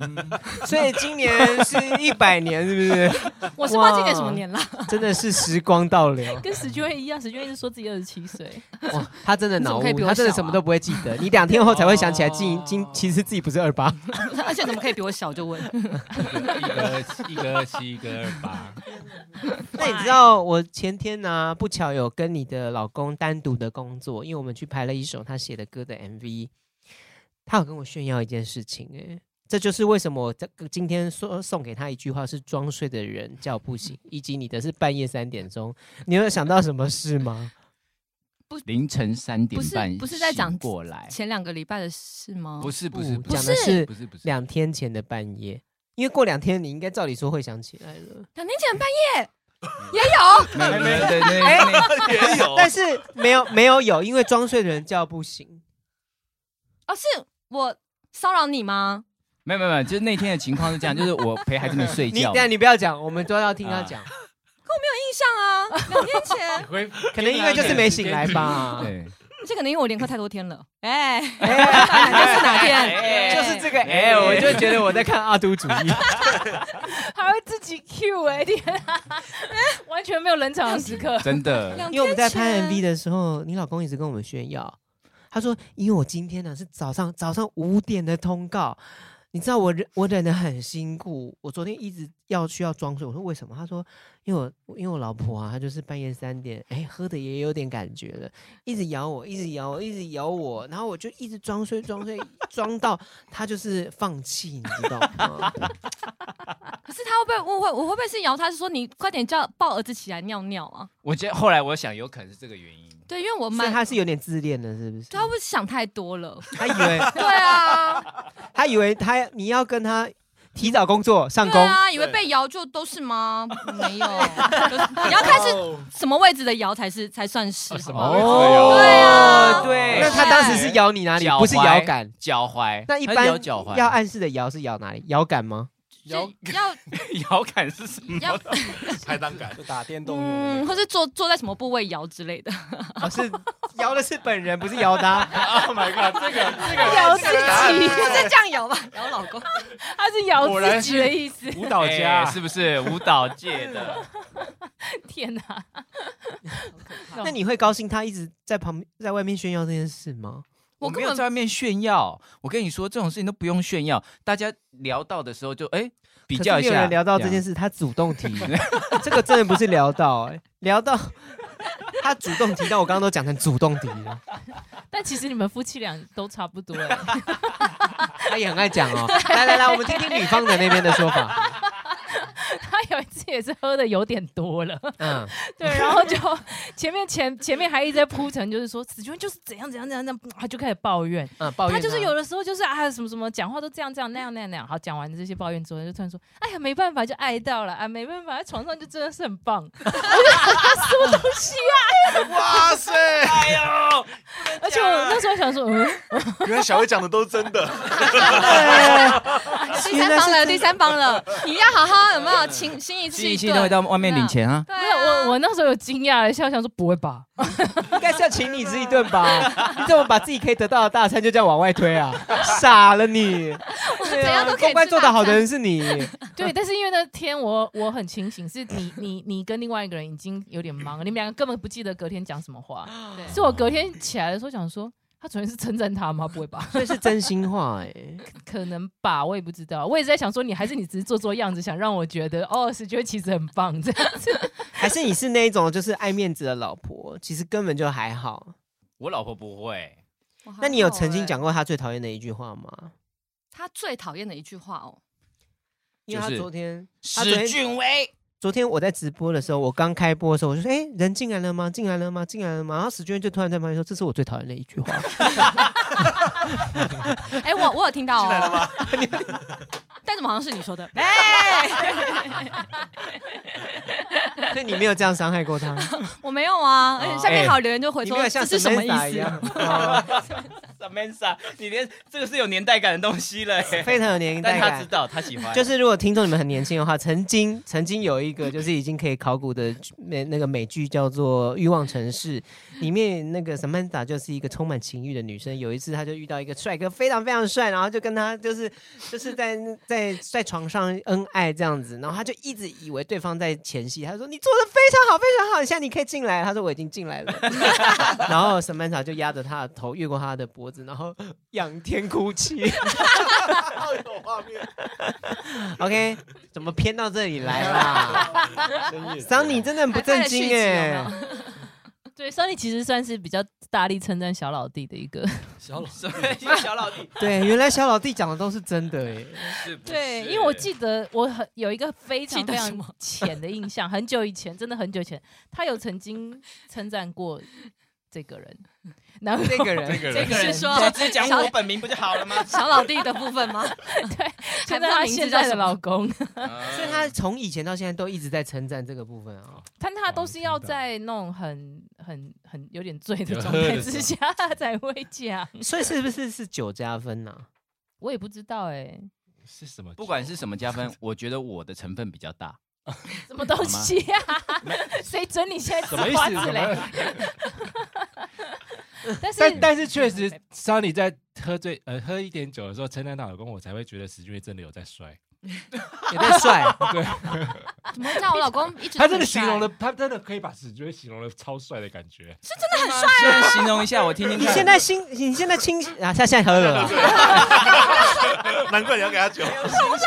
Speaker 6: 所以今年是一百年，是不是？
Speaker 9: <laughs> 我是不知道今年什么年啦。
Speaker 6: 真的是时光倒流
Speaker 2: <laughs> 跟史娟一样，史娟一直说自己二十七岁，
Speaker 6: 哇！她真的
Speaker 9: 你怎
Speaker 6: 脑
Speaker 9: 么可以
Speaker 6: 雾，
Speaker 9: 比我
Speaker 6: 她真的
Speaker 9: 小啊
Speaker 6: 什么都不会记得，你两天后才会想起来，
Speaker 8: 哦
Speaker 6: 今今其实自己不是二八。
Speaker 9: <laughs> 而且怎么可以比我小就 <laughs> 问？
Speaker 8: <laughs> 一个一个二七，一个二八，
Speaker 6: <laughs> 那你知道我前天呢、不巧有跟你的老公单独的工作，因为我们去拍了一首他写的歌的 MV，他有跟我炫耀一件事情、欸，这就是为什么我这今天说送给他一句话是“装睡的人叫不
Speaker 9: <laughs>
Speaker 6: 醒”，以及你的是半夜三点钟，你有想到什么事吗？
Speaker 5: 凌晨三点
Speaker 9: 不是
Speaker 5: 半，
Speaker 9: 不是在讲
Speaker 5: 过来，
Speaker 9: 前两个礼拜的事吗？
Speaker 8: 不是不是
Speaker 6: 讲
Speaker 8: 是
Speaker 6: 的是
Speaker 8: 不是不是
Speaker 6: 两天前的半夜，因为过两天你应该照理说会想起来了。
Speaker 9: 两年前半夜也有，
Speaker 5: 没有没有对对对，
Speaker 7: 也有
Speaker 6: 但是没有没有有，因为装睡的人叫不 <laughs> 醒。
Speaker 9: 哦，是我骚扰你吗？
Speaker 5: 没有没有没有，就是那天的情况是这样，就是我陪孩子们睡
Speaker 6: 你
Speaker 5: 觉
Speaker 6: 等下，你不要讲，我们都要听他
Speaker 5: 啊
Speaker 6: <laughs> 讲。
Speaker 9: 印象啊，两年前，
Speaker 8: 会
Speaker 6: 可能因为就是没醒来吧。
Speaker 5: 对，
Speaker 9: 而且可能因为我连课太多天了，
Speaker 3: 哎，
Speaker 6: 哎，
Speaker 3: 那是哪天？
Speaker 5: 哎
Speaker 6: <laughs> 就是这个 <laughs> 哎，我就觉得我在看阿都主义。
Speaker 2: <laughs> 还会自己 Q 哎、天啊， <laughs> 完全没有冷场的时刻。
Speaker 5: 真的，
Speaker 9: 两
Speaker 6: 因为我们在拍
Speaker 9: 天前
Speaker 6: MV 的时候，你老公一直跟我们炫耀，他说：“因为我今天呢、是早上早上五点的通告，你知道我忍我忍得很辛苦，我昨天一直要去要装睡。”我说：“为什么？”他说：“因为我因为我老婆啊，她就是半夜三点，哎，喝的也有点感觉了，一直咬我，一直咬我，一直咬我，然后我就一直装睡装睡， <laughs> 装到她就是放弃，你知道吗？
Speaker 9: 可是他会不会误会？我会不会是摇他？是说你快点叫抱儿子起来尿尿啊？
Speaker 5: 我觉得后来我想有可能是这个原因，
Speaker 9: 对，因为 <laughs> 我
Speaker 6: 所以
Speaker 9: 蛮，
Speaker 6: 她是有点自恋的，是不是？
Speaker 9: 他会不会想太多了？
Speaker 6: 她以为
Speaker 9: 对啊，
Speaker 6: 她以为她你要跟她提早工作上
Speaker 9: 对
Speaker 6: 工。”
Speaker 9: 啊，以为被摇就都是吗？没有，就是你要看是什么位置的摇才是才算是。好不
Speaker 8: 什么
Speaker 9: 好
Speaker 8: 会
Speaker 6: 哦
Speaker 8: 有？
Speaker 9: 对啊
Speaker 5: 对
Speaker 6: 那他当时是摇你哪里？
Speaker 5: 脚踝
Speaker 6: 不是摇杆。
Speaker 5: 脚踝，
Speaker 6: 那一
Speaker 5: 他
Speaker 6: 般
Speaker 5: 摇脚踝，
Speaker 6: 要暗示的摇是摇哪里？摇杆吗？
Speaker 9: 就要
Speaker 5: 摇杆是什么？
Speaker 9: 要
Speaker 7: 排档感，
Speaker 10: 就打电动用的那
Speaker 9: 嗯，
Speaker 10: 个。
Speaker 9: 或是坐坐在什么部位摇之类的。
Speaker 6: 哦，是摇的是本人，不是摇他。
Speaker 5: <laughs>
Speaker 8: Oh my god，这个这个
Speaker 2: 摇自己，
Speaker 3: 不是这样摇吧？摇老公，
Speaker 2: 他是摇自己的意 <laughs> 思。
Speaker 8: 舞蹈
Speaker 5: 哎
Speaker 8: 家
Speaker 5: 是不是舞蹈界的？
Speaker 2: 天啊哪、
Speaker 6: 那你会高兴他一直在旁边在外面炫耀这件事吗？
Speaker 5: 我
Speaker 9: 我
Speaker 5: 没
Speaker 9: 根
Speaker 5: 有
Speaker 9: 本
Speaker 5: 在外面炫耀，我跟你说这种事情都不用炫耀，大家聊到的时候就哎比较一
Speaker 6: 可是没有
Speaker 5: 下，
Speaker 6: 人聊到这件
Speaker 5: 事，
Speaker 6: 事，他主动提， <laughs> 这个真的不是聊到，哎，聊到 <laughs> 他主动提，但我刚刚都讲成主动提了。
Speaker 2: 但其实你们夫妻俩都差不多 <laughs> 哎、
Speaker 6: 他也很爱讲
Speaker 9: <laughs>
Speaker 6: 哦。来来来，我们听听女方的那边的说法。
Speaker 2: 他有一次也是喝的有点多了，
Speaker 6: 嗯，
Speaker 2: 对， <laughs> 然后就前面前前面还一直在铺陈，就是说子君就是怎样怎样怎样怎样，他就开始抱怨。
Speaker 6: 嗯，抱怨
Speaker 2: 他就是有的时候就是啊什么什么讲话都这样这样那样那样那样。好，讲完这些抱怨之后，就突然说：“哎呀，没办法，就爱到了啊，没办法，在床上就真的是很棒。”我就什么东西啊？
Speaker 7: 哇塞！
Speaker 2: <laughs> 而且我那时候想 <laughs> 说，嗯，
Speaker 7: 原来小薇讲的都是真的，
Speaker 9: <laughs> 第三方了，第三方了， <laughs> 你要好好有没有情心一
Speaker 5: 信
Speaker 9: 气
Speaker 5: 息
Speaker 9: 对
Speaker 5: 都会到外面领钱啊。
Speaker 9: 对
Speaker 2: 没
Speaker 9: 啊
Speaker 2: 有我我那时候有惊讶了一下，我想说不会吧？
Speaker 6: 应该是要请你吃一顿吧？ <laughs> 你怎么把自己可以得到的大餐就这样往外推 <laughs> 啊？傻了你！对
Speaker 9: 怎样
Speaker 6: 啊
Speaker 9: 都可以，吃
Speaker 6: 公关做得好的人是你。 <laughs>
Speaker 2: <laughs> 对，但是因为那天我我很清醒，是你你你跟另外一个人已经有点忙了，你们两个根本不记得隔天讲什么话。
Speaker 9: 对
Speaker 2: 是我隔天起来的时候想说，他昨天是称赞他吗？不会吧？ <laughs>
Speaker 6: 这是真心话哎、
Speaker 2: 可能吧，我也不知道。我也在想说，你还是你只是做做样子，想让我觉得哦，是觉得其实很棒这样子。
Speaker 6: 还是你是那一种就是爱面子的老婆，其实根本就还好。
Speaker 5: 我老婆不会，
Speaker 9: 我好
Speaker 6: 那你有
Speaker 9: 好
Speaker 6: 曾经
Speaker 9: 欸
Speaker 6: 讲过她最讨厌的一句话吗？
Speaker 9: 他最讨厌的一句话哦？ <laughs>
Speaker 6: 因为她
Speaker 5: 就是
Speaker 6: 昨天，她昨
Speaker 5: 史
Speaker 6: 天，
Speaker 5: 俊威
Speaker 6: 昨天我在直播的时候，我刚开播的时候，我就说：“哎、人进来了吗？进来了吗？进来了吗？”然后史娟就突然在旁边说：“这是我最讨厌的一句话。
Speaker 9: <laughs> 哎，我我有听到哦， <laughs> 但怎么好像是你说的？哎，
Speaker 6: 所以你没有这样伤害过她，
Speaker 9: <laughs> 我没有啊，而且下面还有留言就回
Speaker 6: 你
Speaker 9: 说
Speaker 6: 没
Speaker 9: <laughs> 这
Speaker 6: 有像
Speaker 9: 是什么意
Speaker 6: Samantha 一
Speaker 9: 思？啊
Speaker 6: 样。哦
Speaker 5: <laughs> Samantha，你连这个是有年代感的东西了、欸，
Speaker 6: <laughs> 非常有年代
Speaker 5: 但他
Speaker 6: 感
Speaker 5: 知。道，他喜欢，
Speaker 6: 就是如果听众你们很年轻的话，曾经曾经有一个就是已经可以考古的美那个美剧叫做《欲望城市》，里面那个 Samantha 就是一个充满情欲的女生。有一次，她就遇到一个帅哥，非常非常帅，然后就跟他就是 <laughs> 就是在在在床上恩爱这样子，然后她就一直以为对方在前戏，她说你做的非常好，非常好，现在你可以进来。她说我已经进
Speaker 5: <laughs>
Speaker 6: 来了，然后 Samantha 就压着她的头，越过她的脖子，然后仰天哭泣。
Speaker 7: 好有画面。
Speaker 6: OK，怎么偏到这里来啦？桑尼真的很不正经哎、
Speaker 9: 还拍了续集有
Speaker 2: 对，所以其实算是比较大力称赞小老弟的一个。
Speaker 10: 小老师，
Speaker 5: 小老弟
Speaker 6: 对，原来小老弟讲的都是真的哎、
Speaker 5: 是不是
Speaker 2: <laughs> 对，因为我记得我很有一个非常
Speaker 9: 记得
Speaker 2: 非
Speaker 9: 什
Speaker 2: 常
Speaker 9: 么
Speaker 2: <laughs> 浅的印象，很久以前，真的很久以前，他有曾经称赞过这个人，然后
Speaker 6: 这
Speaker 2: <laughs>
Speaker 6: 个人，
Speaker 7: 这个
Speaker 5: 这
Speaker 7: 人
Speaker 5: 个人
Speaker 9: 是说
Speaker 5: 就直接讲我本名不就好了吗？
Speaker 9: 小老弟的部分吗？还不知
Speaker 2: 现在
Speaker 9: 道
Speaker 2: 她
Speaker 9: 名
Speaker 2: 现
Speaker 9: 字叫
Speaker 2: 在
Speaker 9: 什
Speaker 2: 的老
Speaker 9: 么。
Speaker 2: 公，
Speaker 5: 嗯
Speaker 6: 所以他从以前到现在都一直在称赞这个部分啊、
Speaker 2: <laughs> 但她都是要在那种很很很有点醉的状态之下 <laughs> 才会讲，
Speaker 6: 所以是不是是酒加分呐、
Speaker 2: 我也不知道哎、
Speaker 8: 是什么酒？
Speaker 5: 不管是什么加分，我觉得我的成分比较大。
Speaker 2: 什么东西呀、 <laughs> 谁准你现在吃
Speaker 8: 什么意
Speaker 2: 花
Speaker 8: 思？
Speaker 2: 子
Speaker 8: 什
Speaker 2: 嘞？
Speaker 8: 么
Speaker 2: 但是
Speaker 8: 哎但但是确实，Sunny 在喝醉呃喝一点酒的时候称赞她老公，我才会觉得石俊岳真的有在摔。
Speaker 6: 也在 <laughs> 帅，
Speaker 9: 怎么叫我老公一直
Speaker 8: 他
Speaker 9: 都
Speaker 8: 真
Speaker 9: 很
Speaker 8: 的形容
Speaker 9: 帅
Speaker 8: 的，他真的可以把史俊岳形容的超帅的感觉。
Speaker 5: 真的很帅啊！形容一下，我听听
Speaker 6: 你
Speaker 5: 看。
Speaker 6: 现在清，你现在清啊，他现在喝了啊，
Speaker 7: 难怪你要给他酒。
Speaker 9: 啊我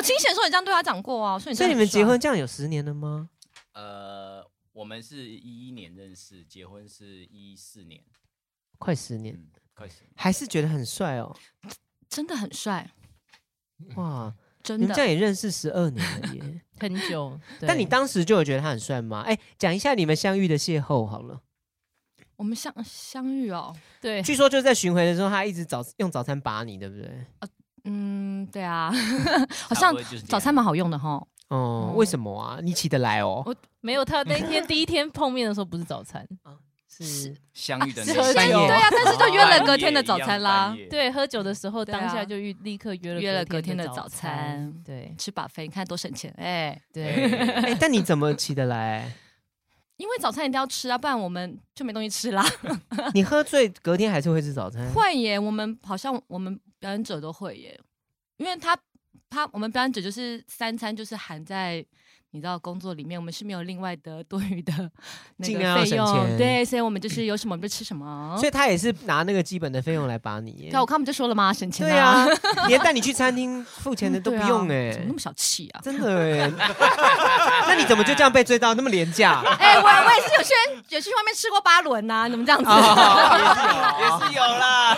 Speaker 9: 清醒的时候也这样对他讲过啊，所以
Speaker 6: 所以你们结婚这样有十年了吗？
Speaker 5: 呃，我们是一一年认识，结婚是一四年，
Speaker 6: 快十年，
Speaker 5: 嗯，快十年。
Speaker 6: 还是觉得很帅哦，
Speaker 9: 真的很帅，
Speaker 6: 哇，你
Speaker 9: 真
Speaker 6: 们这
Speaker 9: 的。
Speaker 6: 样也认识十二年了耶。 <laughs>
Speaker 2: 很久，对
Speaker 6: 但你当时就有觉得他很帅吗？哎，讲一下你们相遇的邂逅好了。
Speaker 9: 我们相相遇哦，
Speaker 2: 对
Speaker 6: 据说就是在巡回的时候，他一直早用早餐把你，对不对？
Speaker 9: 嗯，对啊，好
Speaker 5: 好
Speaker 9: 像早餐蛮好用的哈。
Speaker 6: 哦
Speaker 9: 哦，
Speaker 6: 为什么啊？你起得来哦？
Speaker 2: 没有他那天第一天碰面的时候不是早餐，
Speaker 6: 是
Speaker 5: 相遇的
Speaker 9: 是
Speaker 5: 那
Speaker 9: 喝酒，
Speaker 5: 一天
Speaker 6: 半夜
Speaker 9: 对啊，但是就约了隔天的早餐啦
Speaker 5: 半，夜一样半夜
Speaker 2: 对，喝酒的时候
Speaker 9: 对啊
Speaker 2: 当下就预立刻约了
Speaker 9: 约了
Speaker 2: 隔
Speaker 9: 隔
Speaker 2: 天
Speaker 9: 天的
Speaker 2: 早
Speaker 9: 早餐，
Speaker 2: 对
Speaker 9: 吃把费，你看多省钱哎。
Speaker 2: 对，
Speaker 6: 哎，但你怎么起得
Speaker 9: <laughs>
Speaker 6: 来？
Speaker 9: 因为早餐一定要吃啊，不然我们就没东西吃啦。 <laughs>
Speaker 6: 你喝醉隔天还是会吃早餐？
Speaker 9: 会耶，我们好像我们表演者都会耶，因为他他我们表演者就是三餐就是含在你知道工作里面，我们是没有另外的多余的那
Speaker 6: 尽
Speaker 9: 个
Speaker 6: 量要
Speaker 9: 费
Speaker 6: 省钱
Speaker 9: 用，对，所以我们就是有什么我们就吃什么。
Speaker 6: 所以他也是拿那个基本的费用来把你耶。
Speaker 9: 啊对啊，我看我们就说了嘛，省钱、
Speaker 6: 对啊，连带你去餐厅付钱的都不用
Speaker 9: 对 <laughs> 啊
Speaker 6: 哎
Speaker 9: 怎么，那么小气啊？
Speaker 6: 真的哎。
Speaker 9: <laughs>
Speaker 6: 那你怎么就这样被追到那么廉价？
Speaker 9: 哎、我我也是有些人也去外面吃过八轮啊呐、你怎么这样子？ <laughs>
Speaker 5: 也是有啦。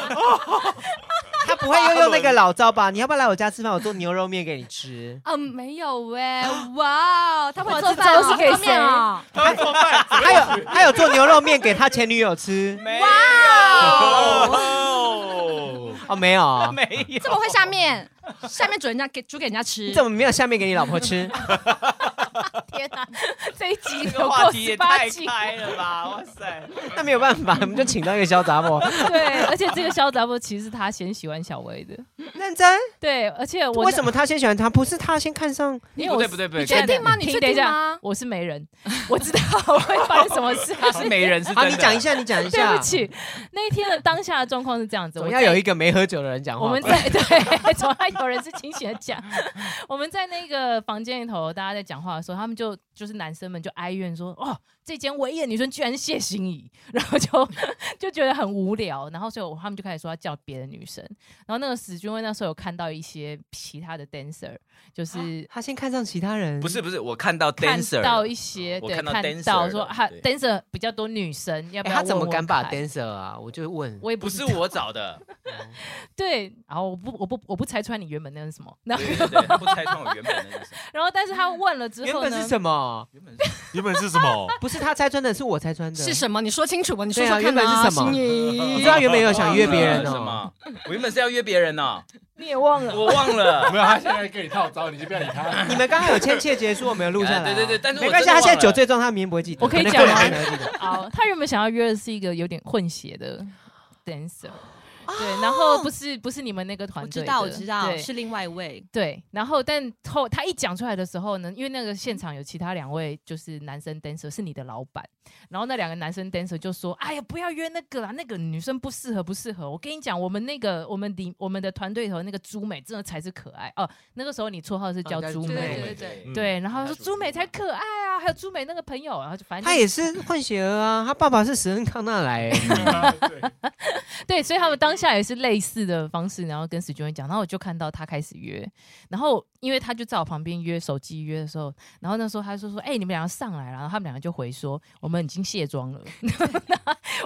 Speaker 6: 他不会又用那个老招吧？你要不要来我家吃饭？我做牛肉面给你
Speaker 9: <laughs>
Speaker 6: 吃。
Speaker 9: 嗯，没有哎、哇，他会做
Speaker 2: 这
Speaker 9: 饭、
Speaker 2: 招
Speaker 9: 哦，
Speaker 2: 是给
Speaker 9: 泡面哦
Speaker 6: 他啊有他有做牛肉面给他前女友吃
Speaker 5: 没
Speaker 6: 哦？没有啊？
Speaker 5: 没有，
Speaker 9: 这么会下面，下面煮人家给煮给人家吃
Speaker 6: 你，怎么没有下面给你老婆吃？
Speaker 2: 天哪，这一
Speaker 5: 这
Speaker 2: 集有
Speaker 5: 个话
Speaker 2: 过
Speaker 5: 题也
Speaker 2: 十八
Speaker 5: 太
Speaker 2: 集，
Speaker 5: 开了吧！哇塞，
Speaker 6: 那没有办法，我们就请到一个小杂 <laughs> 货。
Speaker 2: <laughs> 对，而且这个小杂波其实是他先喜欢小薇的，
Speaker 6: 认真？
Speaker 2: 对，而且我
Speaker 6: 为什么他先喜欢他？不是他先看上？
Speaker 2: 因为我
Speaker 5: 不对不对不对，
Speaker 2: 你确定吗？
Speaker 9: 你
Speaker 2: 听
Speaker 9: 确定吗
Speaker 2: 等一下我是媒人，我知道会发生什么事。
Speaker 5: 他是没人是真
Speaker 6: 好，
Speaker 5: 的。
Speaker 6: 你讲一下，你讲一
Speaker 2: 对
Speaker 6: 下。
Speaker 2: 不，起，那一天的当下的状况是这样子，
Speaker 6: 总
Speaker 2: 我
Speaker 6: 要
Speaker 2: 在
Speaker 6: 有一个没喝酒的人讲话吧。
Speaker 2: 我们在 <laughs> 对，从来有人是清醒的讲。 <laughs> 我们在那个房间里头，大家在讲话的时候，他们就就是男生们就哀怨说：“哦，这间唯一的女生居然是谢欣怡。” <laughs> 然后就就觉得很无聊，然后所以我他们就开始说要叫别的女生。然后那个史君威那时候有看到一些其他的 dancer，就是
Speaker 6: 他先看上其他人，
Speaker 5: 不是不是，我看到
Speaker 2: 看
Speaker 5: <gasps> dancer
Speaker 2: 到
Speaker 5: 了
Speaker 2: 一些
Speaker 5: 我
Speaker 2: 对
Speaker 5: 看到 dancer
Speaker 2: 到说
Speaker 5: 了
Speaker 2: 他
Speaker 5: 对
Speaker 2: dancer 比较多女生，要不
Speaker 6: 哎，
Speaker 2: 要
Speaker 6: 他怎么
Speaker 2: 问问
Speaker 6: 敢把
Speaker 2: 看
Speaker 6: dancer 啊？我就问，
Speaker 2: 我也
Speaker 5: 不
Speaker 2: 知
Speaker 5: 是
Speaker 2: 道
Speaker 5: 我找的，
Speaker 2: 对，然后我不我不我不拆穿你原本那是什么， <laughs> 然
Speaker 5: <laughs>
Speaker 2: 后
Speaker 5: 对对对，不拆穿我原本的意
Speaker 6: <laughs>
Speaker 5: 思。
Speaker 2: 然后但是他问了之后
Speaker 6: 原
Speaker 2: 呢，
Speaker 6: 本是什么？
Speaker 5: 原本是
Speaker 7: 原本是什么？
Speaker 6: 不是他拆穿的，是我拆穿的。
Speaker 9: 是什么？你说清楚吧，你说
Speaker 6: 对啊
Speaker 9: 说看
Speaker 6: 原本
Speaker 9: 啊，
Speaker 6: 是什
Speaker 9: 心
Speaker 6: 么你
Speaker 9: 仪
Speaker 6: 知道原本有想约别人
Speaker 5: 忘了什 <laughs>
Speaker 6: 哦，
Speaker 5: 么？啊我原本是要约别人哦，
Speaker 2: 你也忘了，
Speaker 5: 我忘了。
Speaker 8: 没有，他现在跟你套招，你就不要理他。
Speaker 6: 你们刚刚有签切结束，我没有录下来
Speaker 5: <laughs>
Speaker 6: 啊。
Speaker 5: 哎对对对但是我
Speaker 6: 没关系，
Speaker 5: 真的忘
Speaker 6: 他
Speaker 5: 了
Speaker 6: 现在酒醉状态，他明天不会记得。
Speaker 2: 我可以
Speaker 6: 能
Speaker 2: 讲吗
Speaker 6: 过两天才会记得
Speaker 2: 好，他原本想要约的是一个有点混血的 dancer，、对，然后不是不是你们那个团
Speaker 9: 哦我
Speaker 2: 队
Speaker 9: 知
Speaker 2: 的，
Speaker 9: 道，我知道，
Speaker 2: 对
Speaker 9: 是另外一位。
Speaker 2: 对，然后但后他一讲出来的时候呢，因为那个现场有其他两位就是男生 dancer 是你的老板，然后那两个男生 dancer 就说：“哎呀，不要约那个啦，那个女生不适合，不适合。”我跟你讲，我们那个我们里我们的团队头那个朱美真的才是可爱哦。那个时候你绰号是叫
Speaker 6: 哦叫
Speaker 2: 朱
Speaker 6: 朱
Speaker 2: 美，
Speaker 6: 美
Speaker 9: 对
Speaker 6: 对
Speaker 9: 对
Speaker 5: 对
Speaker 9: 对
Speaker 5: 对，
Speaker 2: 对，然后他说
Speaker 5: 她是
Speaker 2: 朱美才可爱啊，还有朱美那个朋友，然后就反正
Speaker 6: 他也是混血儿啊，他爸爸是史恩康纳莱欸。
Speaker 2: <laughs> 对，所以他们当下也是类似的方式，然后跟史俊文讲，然后我就看到他开始约，然后因为他就在我旁边约手机约的时候，然后那时候他就说：“哎、你们两个上来。”然后他们两个就回说：“我们已经卸妆了，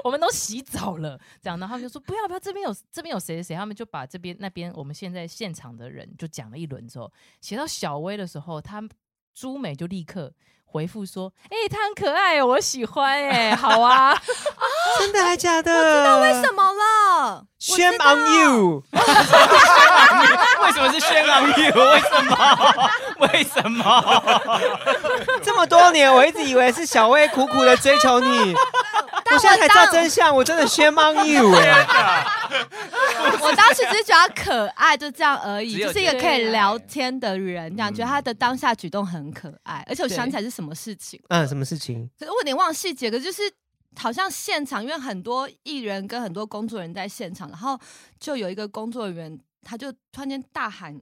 Speaker 2: 我们都洗澡了。”这样，然后他们就说：“不要不要，这边有这边有谁谁谁。”他们就把这边那边我们现在现场的人就讲了一轮之后，写到小薇的时候，他朱美就立刻回复说：“哎、他很可爱，我喜欢哎、好啊。 <laughs>
Speaker 6: 真的还假的？我知道为
Speaker 3: 怎。么了？
Speaker 6: Shame on you！
Speaker 5: 为什么是轩朗玉？ <laughs> 为什么？ <laughs> 为什么？
Speaker 6: 这么多年，我一直以为是小薇苦苦的追求你，我现在才知道真相，我真的 shame on you！哎
Speaker 3: 我当时只是觉得他可爱，就这样而已，
Speaker 5: 只
Speaker 3: 就
Speaker 5: 有
Speaker 3: 是一个可以聊天的人，这样觉得他的当下举动很可爱，而且我
Speaker 2: 对
Speaker 3: 想起来是什么事情，
Speaker 6: 嗯，什么事情？
Speaker 3: 可是我有点忘细节，可是就是好像现场，因为很多艺人跟很多工作人员在现场，然后就有一个工作人员，他就突然间大喊。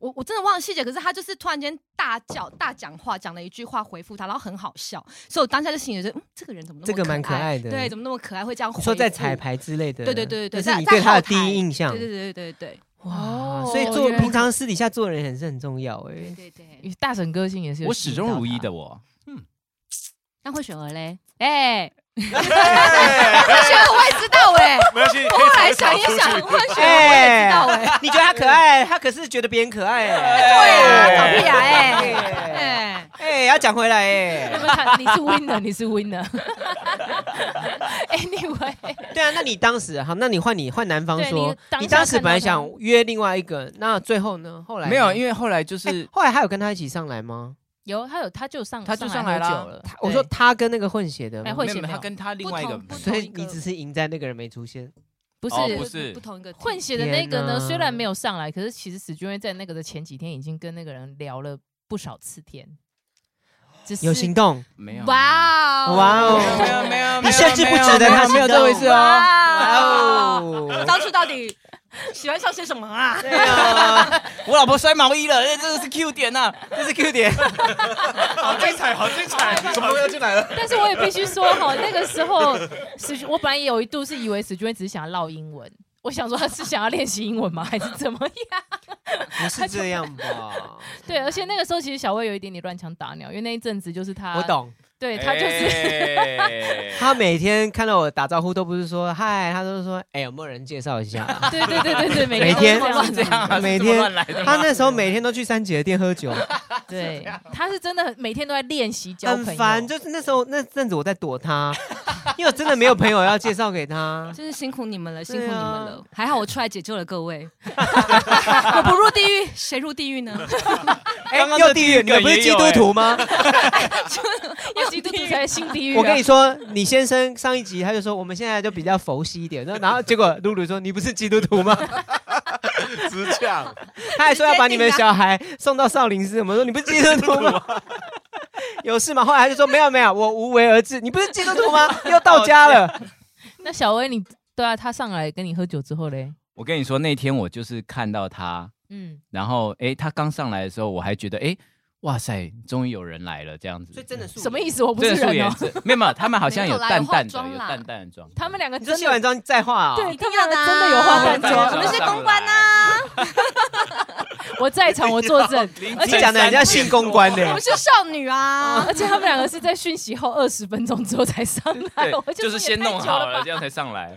Speaker 3: 我我真的忘了细节，可是他就是突然间大叫、大讲话，讲了一句话回复他，然后很好笑，所以我当下就心里觉得，嗯，这个人怎么那么
Speaker 6: 这个蛮可爱的
Speaker 3: 对，怎么那么可爱，会这样回
Speaker 6: 你
Speaker 3: 复？
Speaker 6: 说在彩排之类的，
Speaker 3: 对对对对对
Speaker 6: 这是你
Speaker 3: 在
Speaker 6: 对他的
Speaker 3: 在
Speaker 6: 第
Speaker 3: 后台
Speaker 6: 一印象
Speaker 3: 对。对对对对
Speaker 6: 哇，
Speaker 2: 哦
Speaker 6: 所以做
Speaker 2: 原来
Speaker 6: 平常私底下做人也是很重要哎
Speaker 3: 对。对对，
Speaker 2: 因为大婶个性也是有
Speaker 5: 我
Speaker 2: 吸
Speaker 5: 始
Speaker 2: 引
Speaker 5: 终
Speaker 2: 到
Speaker 5: 如一
Speaker 2: 他
Speaker 5: 的。我，
Speaker 9: 那会选儿嘞？哎、
Speaker 3: 而且我也知道
Speaker 6: <laughs>
Speaker 3: 哎，
Speaker 7: 没关系，
Speaker 3: 我后来想一想，我也觉得我也知道哎，
Speaker 6: 你觉得他可爱，他可是觉得别人可爱哎。
Speaker 3: 对啊，狗屁啊哎
Speaker 6: 哎
Speaker 3: 哎，
Speaker 6: 哎，要讲回来哎，
Speaker 2: 不是他你是 winner，你是
Speaker 6: <laughs>
Speaker 2: winner。anyway，
Speaker 6: 对啊，那你当时好，那你换你换男方
Speaker 2: 对
Speaker 6: 说
Speaker 2: 你当，
Speaker 6: 你
Speaker 2: 下
Speaker 6: 当时
Speaker 2: 看
Speaker 6: 本来
Speaker 2: 到他
Speaker 6: 想约另外一个，那最后呢？后来
Speaker 5: 没有，
Speaker 6: 呢
Speaker 5: 因为后来就是
Speaker 6: 哎后来他有跟他一起上来吗？
Speaker 2: 有他有他就上
Speaker 5: 他就上
Speaker 2: 来
Speaker 5: 来
Speaker 2: 喝
Speaker 5: 啦
Speaker 2: 酒了
Speaker 6: 他。我说
Speaker 2: 对
Speaker 6: 他跟那个混血的吗，
Speaker 2: 哎混血
Speaker 5: 没有没有
Speaker 2: 没有
Speaker 5: 他跟他另外一个
Speaker 3: 不同
Speaker 6: <laughs> 所以
Speaker 3: 不同
Speaker 6: 你
Speaker 3: 一个
Speaker 6: 只是赢在那个人没出现。
Speaker 2: 不是、
Speaker 5: 哦不是
Speaker 3: 不同一个
Speaker 2: 混血的那个
Speaker 6: 天哪
Speaker 2: 呢，虽然没有上来，可是其实史君威在那个的前几天已经跟那个人聊了不少次天，只是
Speaker 6: 有行动，
Speaker 5: 没有
Speaker 3: 哇哦
Speaker 6: 哇哦
Speaker 5: 没有没有，
Speaker 6: 他甚至不值得他
Speaker 5: 没有没有没有这回事哦。
Speaker 3: 哇哦，
Speaker 6: 哦，
Speaker 3: 当初到底喜欢上些什么啊？
Speaker 6: 对啊，
Speaker 5: 我老婆摔毛衣了，哎这个是 Q 点呐，这是 Q 点。
Speaker 7: 好精彩，好精彩，什么要进来了？
Speaker 2: 但是我也必须说哈，那个时候 <laughs> 史君，我本来有一度是以为史君威只是想要唠英文，我想说他是想要练习英文吗，还是怎么样？
Speaker 6: <laughs>
Speaker 2: <laughs>
Speaker 6: 不是这样吧？
Speaker 2: 对，而且那个时候其实小薇有一点点乱枪打鸟，因为那一阵子就是啊他，
Speaker 6: 我，懂，哎
Speaker 2: 对他就是、
Speaker 5: 是
Speaker 6: 他每天看到我打招呼都不是说嗨，他都是说哎有没有人介绍一下啊？
Speaker 2: <laughs> 对对对对对，每
Speaker 6: 每天
Speaker 2: 都
Speaker 5: 是这
Speaker 2: 这样
Speaker 5: 样啊，
Speaker 6: 每
Speaker 5: 是这么
Speaker 6: 天
Speaker 5: 乱
Speaker 2: <laughs>
Speaker 5: 来的
Speaker 6: <laughs> 他
Speaker 5: 吗？
Speaker 6: 那时候每天都去三姐的店喝酒，
Speaker 2: 对，他是真的很每天都在练习交
Speaker 6: 很
Speaker 2: 朋友，
Speaker 6: 烦。就是那时候那阵子我在躲他，因为我真的没有朋友要介绍给他。
Speaker 9: 真是辛苦你们了，辛
Speaker 6: 对啊
Speaker 9: 苦你们了。还好我出来解救了
Speaker 3: <laughs>
Speaker 9: 各位，我不入地狱，谁入地狱呢？
Speaker 6: 哎
Speaker 5: 刚刚
Speaker 6: 又
Speaker 5: 这
Speaker 6: 地
Speaker 5: 地狱
Speaker 6: 狱，
Speaker 5: 梗
Speaker 6: 你不是
Speaker 5: 也
Speaker 6: 基
Speaker 5: 有
Speaker 6: 督
Speaker 5: 哎
Speaker 6: 徒吗？
Speaker 2: 要基督徒才是新地狱、啊。
Speaker 6: 我跟你说，你先生上一集他就说我们现在就比较佛系一点，那然后结果露露说你不是基督徒吗？
Speaker 7: 直抢，
Speaker 6: 他还说要把你们小孩送到少林寺，我们说你不是基督徒吗？有事吗？后来他就说没有没有，我无为而治。你不是基督徒吗？又到家了，
Speaker 2: <laughs> 那小薇你，对啊，他上来跟你喝酒之后嘞，
Speaker 5: 我跟你说，那天我就是看到他，
Speaker 2: 嗯，
Speaker 5: 然后哎，诶他刚上来的时候，我还觉得哎，诶哇塞，终于有人来了这样子。
Speaker 6: 的
Speaker 2: 什么意？思？我不是
Speaker 5: 这个素
Speaker 2: 人
Speaker 5: 颜
Speaker 2: 哦、
Speaker 5: 是没有没有，他们好像
Speaker 9: 没有
Speaker 5: 有
Speaker 9: 啦
Speaker 5: 淡
Speaker 9: 有化
Speaker 5: 淡的，
Speaker 9: 妆
Speaker 5: 有
Speaker 9: 啦
Speaker 5: 淡淡的妆。
Speaker 2: 他们两个
Speaker 6: 你
Speaker 2: 真
Speaker 6: 说
Speaker 2: 的
Speaker 6: 卸完妆再画啊？
Speaker 2: 对，他们
Speaker 3: 要的
Speaker 2: 两
Speaker 3: 啊
Speaker 2: 个真的有化淡
Speaker 5: 对
Speaker 2: 妆。
Speaker 3: 我们是公关
Speaker 5: 啊，
Speaker 3: 呐，
Speaker 2: 我在场，我作
Speaker 6: <laughs>
Speaker 2: 证。
Speaker 6: 你讲的人家性公关呢、
Speaker 2: <laughs>
Speaker 3: 我们是少女啊。
Speaker 9: 哦
Speaker 2: 而且他们两个是在讯息后二十分钟之后才上来，哎我
Speaker 5: 对，
Speaker 2: 就
Speaker 5: 就是
Speaker 2: 说也
Speaker 5: 先
Speaker 2: 太
Speaker 5: 弄
Speaker 2: 久
Speaker 5: 好
Speaker 2: 了
Speaker 5: 了，
Speaker 2: 吧。
Speaker 5: 这样才上
Speaker 2: <laughs>
Speaker 5: 来。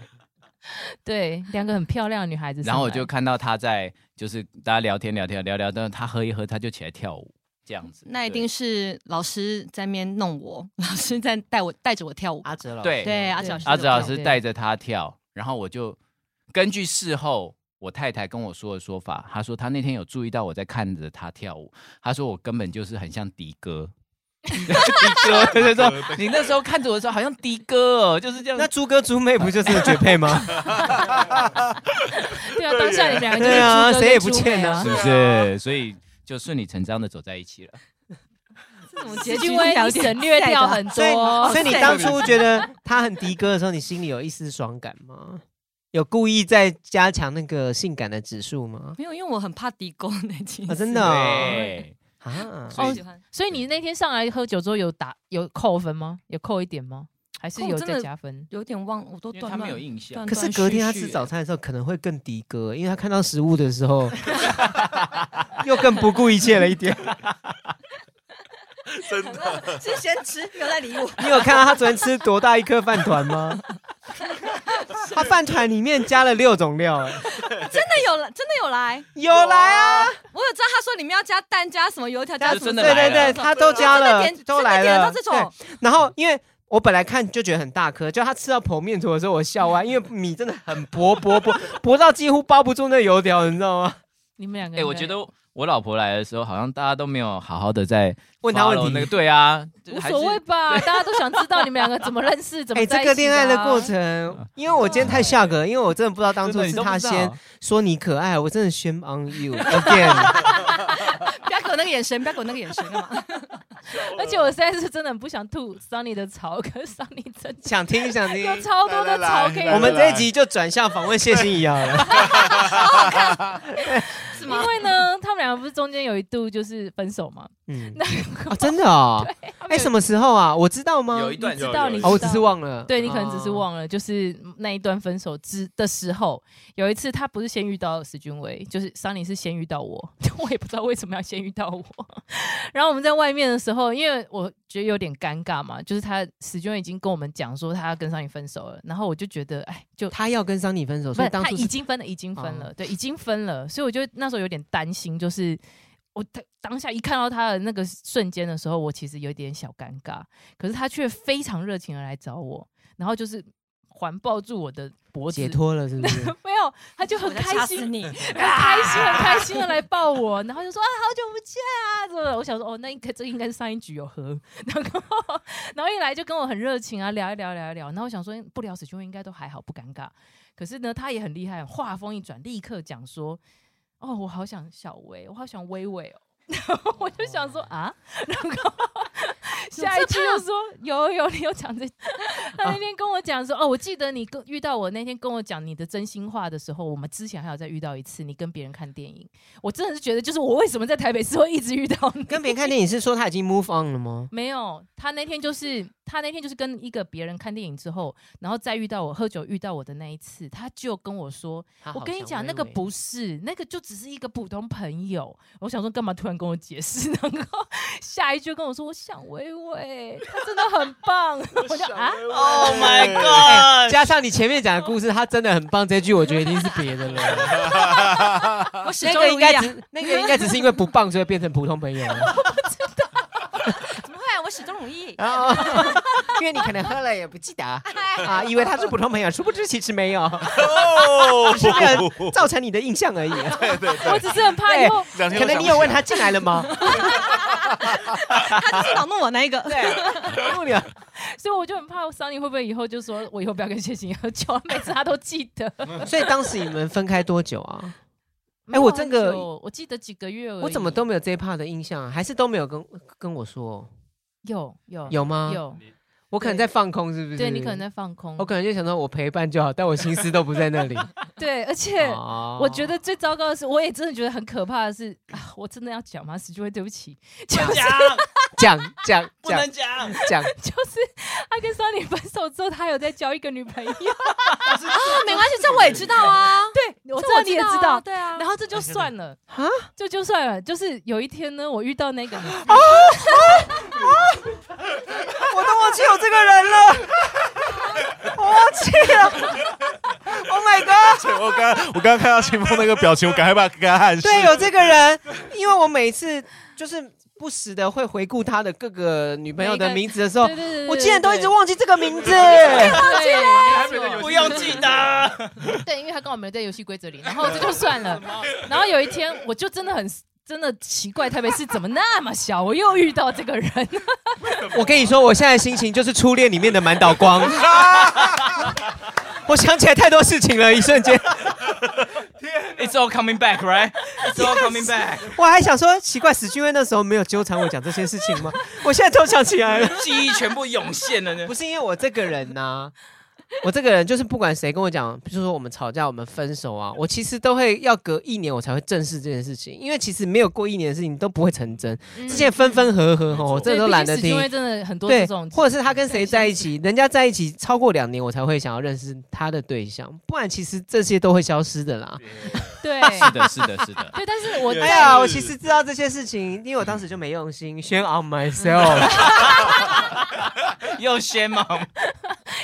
Speaker 2: 对，两个很漂亮的女孩子上来。
Speaker 5: 然后我就看到他在，就是大家聊天聊天聊聊，但他喝一喝，他就起来跳舞，这样子。
Speaker 9: 那一定是老师在那边弄我， <laughs> 老师在带我带着我跳舞。
Speaker 6: 阿哲老
Speaker 5: 对
Speaker 9: 对，阿哲老师，
Speaker 5: 阿紫老
Speaker 2: 对
Speaker 5: 师
Speaker 2: 对
Speaker 5: 带着他跳，然后我就根据事后我太太跟我说的说法，她说她那天有注意到我在看着她跳舞，她说我根本就是很像迪
Speaker 3: <laughs>
Speaker 5: 哥。 <laughs> 迪哥，她说你那时候看着我的时候，好像迪哥哦，就是这样。
Speaker 6: 那猪哥猪妹不就是绝配吗？
Speaker 2: 对啊，当下你们两个就是
Speaker 6: 对啊
Speaker 2: 猪哥
Speaker 6: 谁也
Speaker 2: 跟
Speaker 6: 不
Speaker 2: 猪
Speaker 6: 欠
Speaker 2: 妹
Speaker 6: 啊
Speaker 2: 啊
Speaker 5: 是。不是？所以就顺理成章的走在一起了。
Speaker 9: 这种
Speaker 2: 杰
Speaker 9: 结
Speaker 2: 君
Speaker 9: 局
Speaker 2: 威，你
Speaker 9: 有
Speaker 2: 省
Speaker 9: 点
Speaker 2: 略
Speaker 9: sad
Speaker 2: 掉
Speaker 9: 啊
Speaker 2: 很多
Speaker 6: <laughs> 所以
Speaker 2: 哦，
Speaker 6: 所以你当
Speaker 9: <laughs>
Speaker 6: 初觉得他很迪哥的时候，你心里有一丝爽感吗？有故意在加强那个性感的指数吗？
Speaker 9: 没有，因为我很怕地沟那件
Speaker 6: 啊，
Speaker 9: 事。
Speaker 6: 真的
Speaker 9: 欸
Speaker 6: 哦
Speaker 5: 对，
Speaker 6: 啊，
Speaker 5: 所以
Speaker 9: 喜欢。
Speaker 2: 所以你那天上来喝酒之后有打有扣分吗？有扣一点吗？还是
Speaker 9: 扣
Speaker 2: 有
Speaker 9: 真
Speaker 2: 再
Speaker 9: 的
Speaker 2: 加分？
Speaker 9: 有点忘，我都
Speaker 5: 因为
Speaker 9: 断
Speaker 5: 他没有
Speaker 9: 乱
Speaker 5: 印象
Speaker 9: 断。
Speaker 6: 可是
Speaker 9: 断
Speaker 6: 隔
Speaker 9: 续
Speaker 6: 天他
Speaker 9: 续
Speaker 6: 吃
Speaker 9: 欸
Speaker 6: 早餐的时候可能会更的哥，因为他看到食物的
Speaker 9: <laughs>
Speaker 6: 时候，又更不顾一切了一点。
Speaker 7: 真的，
Speaker 3: 是先吃，没有在理我。
Speaker 6: 你有看到他昨天吃多大一颗饭团吗？他饭团里面加了六种料、哎，
Speaker 3: 真的有来，真的有来，
Speaker 6: 有来啊！
Speaker 3: 我有知道他说里面要加蛋加什么油条加
Speaker 5: 就
Speaker 3: 什么
Speaker 5: 真
Speaker 3: 什
Speaker 5: 的
Speaker 3: 么
Speaker 6: 对
Speaker 5: 来
Speaker 6: 对
Speaker 5: 了
Speaker 6: 对，他都加
Speaker 3: 真的
Speaker 6: 了
Speaker 3: 点，
Speaker 6: 都来
Speaker 3: 真的点
Speaker 6: 了。
Speaker 3: 到这
Speaker 6: 对
Speaker 3: 种，
Speaker 6: 然后因为我本来看就觉得很大颗，就他吃到剖面图的时候，我笑啊歪，因为米真的很薄薄薄薄到几乎包不住那油条，你知道吗？
Speaker 2: 你们两个
Speaker 5: 哎、
Speaker 2: 有没有，
Speaker 5: 我觉得我老婆来的时候，好像大家都没有好好的在
Speaker 6: 问他问
Speaker 5: follow
Speaker 6: 题
Speaker 5: 那个对啊，
Speaker 2: 无所谓吧，大家都想知道你们两个怎么认识，
Speaker 6: <laughs>
Speaker 2: 怎
Speaker 6: 哎、
Speaker 2: 么在
Speaker 6: 这
Speaker 2: 一
Speaker 6: 个
Speaker 2: 起
Speaker 6: 恋爱的过
Speaker 2: 啊，
Speaker 6: 程，因为我今天太下格，因为我真的不知道当初
Speaker 5: 真的
Speaker 6: 是
Speaker 5: 你都不
Speaker 6: 他
Speaker 5: 知道啊
Speaker 6: 先说你可爱，我真的 shame on you
Speaker 2: <laughs>
Speaker 6: again。
Speaker 3: 不要给我那个眼神，不要给我那个眼神干嘛？
Speaker 2: 而且我现在是真的很不想吐 Sunny 的槽，可是 Sunny 真
Speaker 6: <laughs>
Speaker 2: 的
Speaker 6: 想听想听，
Speaker 2: 有超多的槽可以
Speaker 7: 来来来
Speaker 6: 我们这一集就转向访问谢欣怡好
Speaker 2: <laughs>
Speaker 6: 了。
Speaker 3: 是
Speaker 2: 因
Speaker 3: 吗？
Speaker 2: 为呢，他们两个不是中间有一度就是分手吗？
Speaker 6: 嗯，
Speaker 2: 那
Speaker 6: 啊，真的哦。哎、什么时候啊？我知道吗？
Speaker 5: 有一段
Speaker 2: 知
Speaker 7: 有
Speaker 2: 道
Speaker 7: 有
Speaker 2: 你
Speaker 7: 有
Speaker 6: 哦，我
Speaker 2: 知
Speaker 6: 只
Speaker 2: 道
Speaker 6: 是忘了。
Speaker 2: 对你可能只是
Speaker 6: 哦
Speaker 2: 忘了，就是那一段分手之的时候，有一次他不是先遇到史君威，就是桑尼是先遇到我， <laughs> 我也不知道为什么要先遇到我。 <laughs> 然后我们在外面的时候，因为我觉得有点尴尬嘛，就是他史君威已经跟我们讲说他要跟桑尼分手了，然后我就觉得哎，就
Speaker 6: 他要跟桑尼分手，
Speaker 2: 不
Speaker 6: 所以
Speaker 2: 是
Speaker 6: 当
Speaker 2: 他
Speaker 6: 初
Speaker 2: 已
Speaker 6: 是
Speaker 2: 经分了，已经分
Speaker 6: 哦
Speaker 2: 了，对，已经分了，所以我就那时候有点担心，就是我他当下一看到他的那个瞬间的时候，我其实有点小尴尬，可是他却非常热情的来找我，然后就是环抱住我的脖子，
Speaker 6: 解脱了，是不
Speaker 2: <laughs>
Speaker 6: 是？
Speaker 2: 没有，他就很
Speaker 3: 我在
Speaker 2: 开
Speaker 3: 掐死
Speaker 2: 心，
Speaker 3: 你，
Speaker 2: 很开心，很开心的来抱我，然后就说啊，好久不见啊，什么的。我想说，哦，那应该这应该是上一局有喝， <laughs> 然后然后一来就跟我很热情啊，聊一聊，聊一聊。然后我想说，不聊死就应该都还好，不尴尬。可是呢，他也很厉害，话锋一转，立刻讲说，哦，我好想小薇，我好想薇薇哦。 <laughs> 然后我就想说啊，然后下一句又说有有你有讲这，他那天跟我讲说哦，我记得你跟遇到我那天跟我讲你的真心话的时候，我们之前还有再遇到一次，你跟别人看电影，我真的是觉得就是我为什么在台北市会一直遇到你， <laughs>
Speaker 6: 跟别人看电影是说他已经 move on 了吗？
Speaker 2: 没有，他那天就是他那天就是跟一个别人看电影之后，然后再遇到我喝酒遇到我的那一次，他就跟我说，我跟你讲那个
Speaker 6: 欸 <laughs>
Speaker 2: 不是，那个就只是一个普通朋友。我想说干嘛突然跟我解释，然后下一句跟我说我想薇薇，他真的很 <laughs> 棒，我就啊，
Speaker 5: Oh
Speaker 6: <laughs>
Speaker 5: my
Speaker 6: 哎
Speaker 5: god！
Speaker 6: 加上你前面讲的故事，他真的很棒。这句我觉得一定是别的
Speaker 2: <laughs>
Speaker 6: 了。
Speaker 3: 我始
Speaker 6: 那
Speaker 3: 终
Speaker 6: 个
Speaker 3: 如
Speaker 6: 应
Speaker 3: 一
Speaker 6: 该
Speaker 3: 啊！
Speaker 6: 只那个应该只是因为不棒，所以变成普通朋友。
Speaker 3: 怎么会？我始终如一。
Speaker 6: <laughs> 哦因为你可能喝了也不记得啊，以为他是普通朋友，殊不知其实没有，只是没有造成你的印象 <laughs> 而已。
Speaker 2: 我只是很怕 <laughs> 以后
Speaker 7: 两天
Speaker 6: 可
Speaker 7: 都
Speaker 6: 能
Speaker 7: 想
Speaker 6: 你
Speaker 7: 不
Speaker 6: 有问
Speaker 7: 起
Speaker 6: 他
Speaker 7: 来
Speaker 6: 进来了吗？
Speaker 3: 他就是恼怒我那一个。
Speaker 6: <laughs> 对，啊不了。
Speaker 2: <laughs> 所以我就很怕桑尼会不会以后就说我以后不要跟谢欣怡喝酒，每次他都记 <laughs> 得。
Speaker 6: 所以当时你们分开多久啊？
Speaker 2: 没有
Speaker 6: 我这个
Speaker 2: 很久我记得几个月而已，
Speaker 6: 我怎么都没有这一 part 的印象啊，还是都没有跟跟我说，
Speaker 2: 有有
Speaker 6: 有吗？，
Speaker 2: 哦有，
Speaker 6: 我可能在放空，是不是？
Speaker 2: 对你可能在放空
Speaker 6: 我，可能就想到我陪伴就好，但我心思都不在那里。
Speaker 2: <laughs> 对，而且。
Speaker 6: 哦
Speaker 2: 我觉得最糟糕的是，我也真的觉得很可怕的是，啊、我真的要讲吗？史俊威，对不起， <laughs> 就是
Speaker 6: 讲 <laughs> 讲讲
Speaker 5: 讲，
Speaker 6: 讲，
Speaker 2: 就是他跟桑尼分手之后，他有在交一个女
Speaker 6: <laughs>
Speaker 2: 朋友，
Speaker 3: 啊，没关系，这我也知道啊。
Speaker 2: 对我知道你也知
Speaker 3: 啊
Speaker 2: 道。
Speaker 3: 对啊。
Speaker 2: 然后这就
Speaker 6: <laughs>
Speaker 2: 算了啊，这就算了。就是有一天呢，我遇到那个女生，
Speaker 6: <laughs> 哦我都忘记有这个人了， <laughs> 我忘记了。Oh my god！
Speaker 7: 对我刚我刚刚看到秦风那个表情，我赶快把给他暗示。
Speaker 5: 啊
Speaker 6: 对，有这个人，因为我每次就是不时的会回顾他的各个女朋友的名字的时候
Speaker 2: 对对，对对，
Speaker 6: 我竟然都一直忘记这个名字。
Speaker 2: 对，没错
Speaker 5: 不要记得。
Speaker 2: 对，因为他跟我没有在游戏规则里，然后这就算了。 <laughs> 然后有一天，我就真的很 <laughs> 真的奇怪，台北市怎么那么小，我又遇到这个人，
Speaker 6: 我跟你说，我现在心情就是《初恋》里面的满岛光。 <laughs> 我想起来太多事情了，一瞬间，
Speaker 5: It's all coming back, right? It's all coming back。
Speaker 6: 我还想说，奇怪，史俊威那时候没有纠缠我讲这些事情 <laughs> 吗？我现在都想起来了。
Speaker 5: 记忆全部涌现了呢
Speaker 6: 不。是因为我这个人呐、我这个人就是不管谁跟我讲，比如说我们吵架、我们分手啊，我其实都会要隔一年我才会正视这件事情，因为其实没有过一年的事情都不会成真。之前分分合合哦，我真的都懒得听
Speaker 2: 因。为真的很多
Speaker 6: 对
Speaker 2: 这种，，
Speaker 6: 或者是他跟谁在一起，人家在一起超过两年，我才会想要认识他的对象，不然其实这些都会消失的啦。 <laughs>
Speaker 2: 对，
Speaker 5: 是的，是的，是的。
Speaker 2: <laughs> 对，但是我
Speaker 7: 对
Speaker 6: 哎
Speaker 2: 在
Speaker 6: 呀，我其实知道这些事情，因为我当时就没用心。Shame
Speaker 5: <laughs>
Speaker 6: on myself，
Speaker 5: 又先嘛，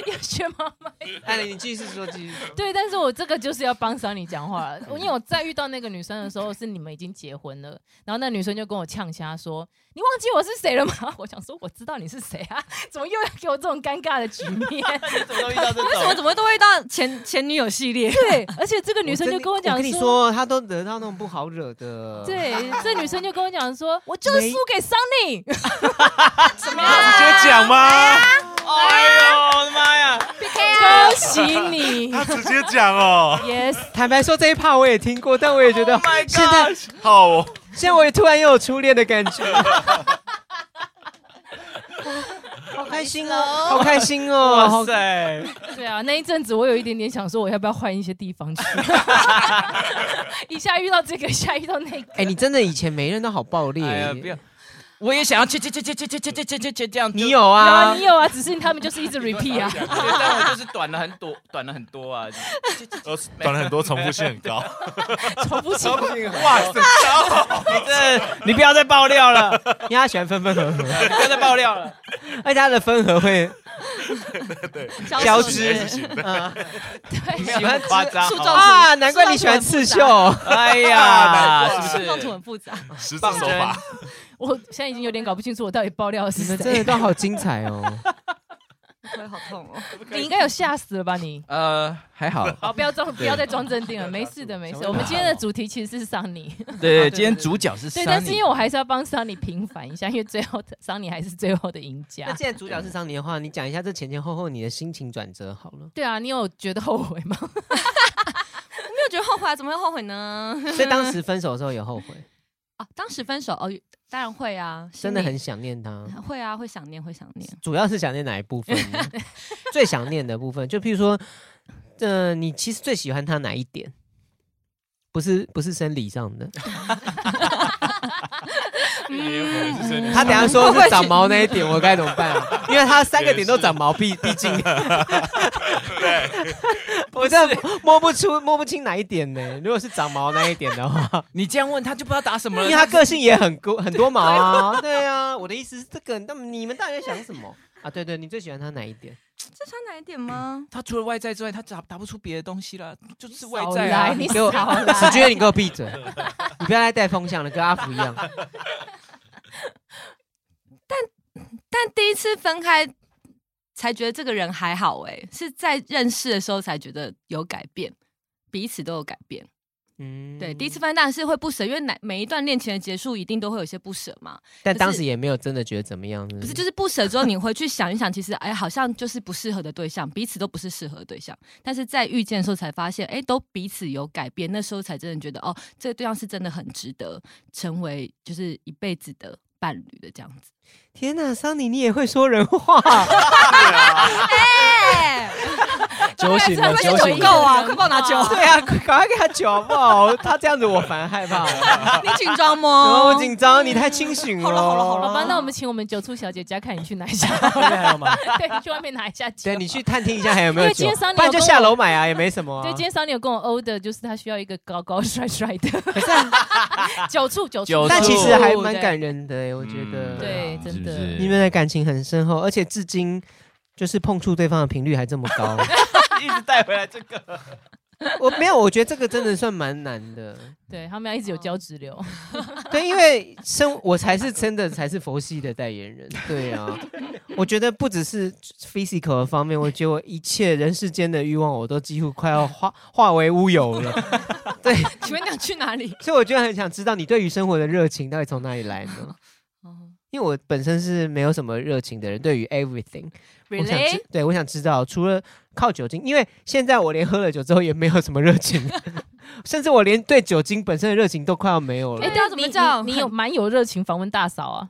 Speaker 2: 要学妈妈
Speaker 6: 艾哎琳，你继续说，继续说。
Speaker 2: <laughs> 对，但是我这个就是要帮桑尼讲话了，因为我再遇到那个女生的时候，是你们已经结婚了，然后那女生就跟我呛瞎说：“你忘记我是谁了吗？” <laughs> 我想说，我知道你是谁啊，怎么又要给我这种尴尬的局面？ <laughs>
Speaker 5: 怎么都遇到这
Speaker 9: 为什么怎么都会到前前女友系列？
Speaker 2: 对，而且这个女生
Speaker 6: 真的
Speaker 2: 就跟我讲
Speaker 6: 跟你说，她都惹到那种不好惹的。
Speaker 2: 对，这女生就跟我讲说，我就是输给桑尼，
Speaker 7: 直接讲吗？
Speaker 5: 哎呦，我的妈呀！
Speaker 2: <laughs> 恭喜你，
Speaker 7: 他直接讲哦
Speaker 2: ，yes，
Speaker 6: 坦白说，这一趴我也听过，但我也觉得
Speaker 5: Oh my
Speaker 6: <laughs> 现在、
Speaker 7: 好哦，
Speaker 6: 现在我也突然又有初恋的感觉，
Speaker 2: <laughs>
Speaker 6: 好开心哦，好开心哦，好
Speaker 5: 哇塞，
Speaker 2: 对啊，那一阵子我有一点点想说，我要不要换一些地方去？ <laughs> 一下遇到这个，一下遇到那个，
Speaker 6: 哎、你真的以前每一任都好欸暴烈、
Speaker 5: 哎呀，不要！我也想要切切切切切切切切切切切这样，
Speaker 6: 你有
Speaker 2: 有啊，
Speaker 6: 啊
Speaker 2: 你？有啊，只是他们就是 <laughs> 一直 repeat 啊。
Speaker 5: 对，但我就是短了很多，短了很多啊！
Speaker 7: 呃短了很多，重复性 <laughs> 很高。
Speaker 2: 重复性，
Speaker 5: 哇塞，你这你不要再爆料了，
Speaker 6: 因为他喜欢分分合合，
Speaker 5: 你不要再爆料了。
Speaker 6: 而且他的分合会消失嗯
Speaker 5: 没有很夸张
Speaker 9: 树，状
Speaker 6: 啊，难怪你喜欢刺
Speaker 9: 树状
Speaker 6: 绣。
Speaker 5: 哎
Speaker 7: 呀
Speaker 5: 呀，是
Speaker 9: 树
Speaker 5: 不
Speaker 9: 状图
Speaker 5: 是
Speaker 9: 很？复杂，
Speaker 7: 十字手法，
Speaker 2: 我现在已经有点搞不清楚我到底爆料的
Speaker 6: 你
Speaker 2: 是
Speaker 6: 们真的
Speaker 2: 谁。
Speaker 6: 都好精彩 <laughs> 哦！
Speaker 9: 腿好痛哦。
Speaker 2: <laughs> 你应该有吓死了吧你？
Speaker 5: 呃，还好。
Speaker 2: 好，不要装，不要再装镇定了，没事的，没事。我们今天的主题其实是桑尼，
Speaker 5: 对，今天主角是
Speaker 2: 对，
Speaker 5: Sunny
Speaker 2: 但是因为我还是要帮桑尼平反一下，因为最后的桑尼还是最后的赢
Speaker 6: 那
Speaker 2: 家。
Speaker 6: 既然主角是桑尼的话，你讲一下这前前后后你的心情转折好了。
Speaker 2: <laughs> 对啊，你有觉得后悔吗？
Speaker 9: 没有觉得后悔啊，怎么会后悔呢？
Speaker 6: 所以当时分手的时候也后悔，
Speaker 9: 啊，当时分手哦，当然会啊，心
Speaker 6: 真的
Speaker 9: 里
Speaker 6: 很想念他。
Speaker 9: 会啊，会想念，会想念。
Speaker 6: 主要是想念哪一部 <laughs> 分呢？最想念的部分，就譬如说，呃，你其实最喜欢他哪一点？不是不是生理上 <laughs> 的，
Speaker 7: <laughs>
Speaker 6: 他等一下说是长毛那一点，我该怎么办 <laughs> 啊？因为他三个点都长毛，毕毕竟，对， <laughs> 我真的摸不出摸不清哪一点呢？如果是长毛那一点的 <laughs> 话，
Speaker 5: 你这样问他就不知道答什么
Speaker 6: 因
Speaker 5: 了。
Speaker 6: 为他个性也很 <laughs> 多很多毛啊，对啊，我的意思是这个，那么你们到底在想什么啊？对对，你最喜欢他哪一点？
Speaker 9: 这算哪一点 <clears throat> 吗？
Speaker 5: 他除了外在之外，他答答不出别的东西了，就是外
Speaker 2: 少
Speaker 5: 在啊
Speaker 2: 来，。你
Speaker 6: 给我
Speaker 2: 少来。
Speaker 6: 子君，你给我闭嘴！你不要再带风向了，跟阿福一样。
Speaker 9: 但第一次分开才觉得这个人还好哎、是在认识的时候才觉得有改变，彼此都有改变。
Speaker 2: <laughs>
Speaker 6: 嗯，
Speaker 9: 对，第一次，分开当然是会不舍，因为哪每一段恋情的结束一定都会有一些不舍嘛。
Speaker 6: 但
Speaker 9: 可是
Speaker 6: 当时也没有真的觉得怎么样，
Speaker 9: 不
Speaker 6: 不
Speaker 9: 是，就是不舍之后，你回去想一想，其实哎，好像就是不适合的对象，彼此都不是适合的对象。但是在遇见的时候才发现，哎，都彼此有改变，那时候才真的觉得，哦，这个对象是真的很值得成为就是一辈子的伴侣的这样子。
Speaker 6: 天哪，桑尼，你也会说人话，
Speaker 9: 哎，
Speaker 6: <laughs> 酒醒了，
Speaker 2: 快
Speaker 6: 酒
Speaker 2: 点
Speaker 6: 醒
Speaker 2: 酒
Speaker 6: 了。
Speaker 2: 够啊快帮我拿酒
Speaker 6: 对啊，快赶快给他酒好不好？ <laughs> 他这样子我反而害怕了，
Speaker 9: 你紧张 <laughs>
Speaker 6: <laughs> 哦，
Speaker 9: 吗
Speaker 6: 我？紧张，你太清醒了。好了好了好
Speaker 2: <laughs> 好吧，那我们请我们九处小姐家看 <laughs> 你去拿一下， <laughs> 对，你去外面拿一下酒。
Speaker 6: <laughs> 对你去探听一下还有没
Speaker 2: 因
Speaker 6: 有
Speaker 2: 为
Speaker 6: 酒
Speaker 2: 今天桑尼，有
Speaker 6: 不然就
Speaker 2: 跟
Speaker 6: 下
Speaker 2: 我
Speaker 6: 楼买啊，也没什么啊。
Speaker 2: 对，今天桑尼有跟我欧的，就是他需要一个高高帅帅的
Speaker 6: 可是啊，
Speaker 2: <laughs> 九处九
Speaker 5: 九
Speaker 2: 处，
Speaker 5: 处
Speaker 6: 但其实还蛮
Speaker 2: 对
Speaker 6: 感人的欸，我觉得。
Speaker 5: 嗯
Speaker 2: 对真的
Speaker 5: 是不是
Speaker 6: 你们的感情很深厚，而且至今就是碰触对方的频率还这么高。
Speaker 5: <laughs> 一直带回来这个，
Speaker 6: 我没有，我觉得这个真的算蛮难的。
Speaker 2: 对他们要一直有交直流。 <laughs>
Speaker 6: 对，因为生我才是真的才是佛系的代言人。对啊，我觉得不只是 physical 的方面，我觉得我一切人世间的欲望，我都几乎快要化化为乌有了。对，
Speaker 9: 请问你要去哪里？
Speaker 6: 所以我就很想知道你对于生活的热情到底从哪里来呢？因为我本身是没有什么热情的人，对于 everything，我想知，对，我想知道，除了靠酒精，因为现在我连喝了酒之后也没有什么热
Speaker 9: <laughs>
Speaker 6: 情，甚至我连对酒精本身的热情都快要没有了
Speaker 9: 哎，
Speaker 2: 对
Speaker 9: 这要怎么叫
Speaker 2: 你你你有蛮有热情访问大嫂啊？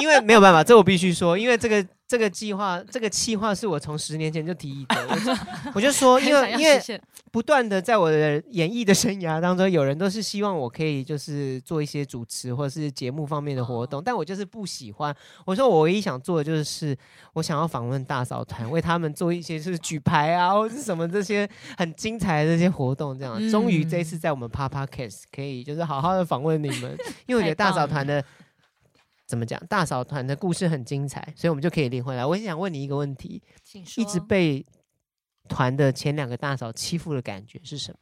Speaker 6: 因为没有办法，这我必须说，因为这个这个计划，这个计划是我从十年前就提议的，我就我就
Speaker 9: <laughs>
Speaker 6: 说，因为
Speaker 9: <laughs> 很想
Speaker 6: 因
Speaker 9: 要
Speaker 6: 为
Speaker 9: 实现
Speaker 6: 不断的在我的演艺的生涯当中，有人都是希望我可以就是做一些主持或者是节目方面的活动，但我就是不喜欢。我说我唯一想做的就是，我想要访问大嫂团，为他们做一些就是举牌啊或者是什么这些很精彩的这些活动。这样，
Speaker 2: 嗯
Speaker 6: 终于这一次在我们 Papa Case 可以就是好好的访问你们，因为我觉得大嫂团的。怎么讲？大嫂团的故事很精彩，所以我们就可以连回来。我也想问你一个问题：
Speaker 9: 请说
Speaker 6: 一直被团的前两个大嫂欺负的感觉是什么？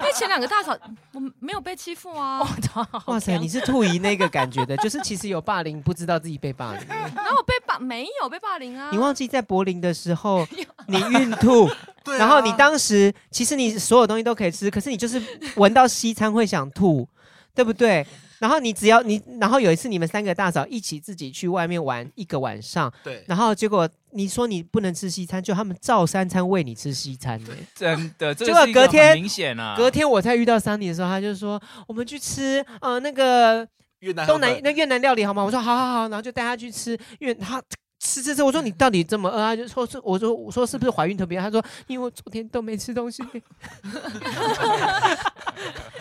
Speaker 9: 被前两个大嫂，我没有被欺负啊。
Speaker 7: 哦
Speaker 6: 哇塞，
Speaker 7: <laughs>
Speaker 6: 你是兔姨那个感觉的，就是其实有霸凌，不知道自己被霸凌。
Speaker 9: 然后我被霸，没有被霸凌啊。
Speaker 6: 你忘记在柏林的时
Speaker 7: <laughs>
Speaker 6: 候，你孕吐，
Speaker 7: 啊对啊
Speaker 6: 然后你当时其实你所有东西都可以吃，可是你就是闻到西餐会想吐，对不对？然后你只要你，然后有一次你们三个大嫂一起自己去外面玩一个晚上，
Speaker 7: 对
Speaker 6: 然后结果你说你不能吃西餐，就他们照三餐喂你吃西餐
Speaker 7: <laughs>
Speaker 6: 呢、
Speaker 5: 真的，这
Speaker 6: 结
Speaker 5: 个
Speaker 6: 果
Speaker 5: 是一个
Speaker 6: 隔天
Speaker 5: 很明显啊，
Speaker 6: 隔天我在遇到桑尼的时候，他就说我们去吃呃那个
Speaker 7: 越南河
Speaker 6: 东
Speaker 7: 粉
Speaker 6: 南那越南料哎理好吗？我说好好好，然后就带他去吃越他吃吃吃，我说你到底这么饿？呃他就说是我说我说是不是怀孕特别？他说因为我昨天都没吃 <laughs> 东西，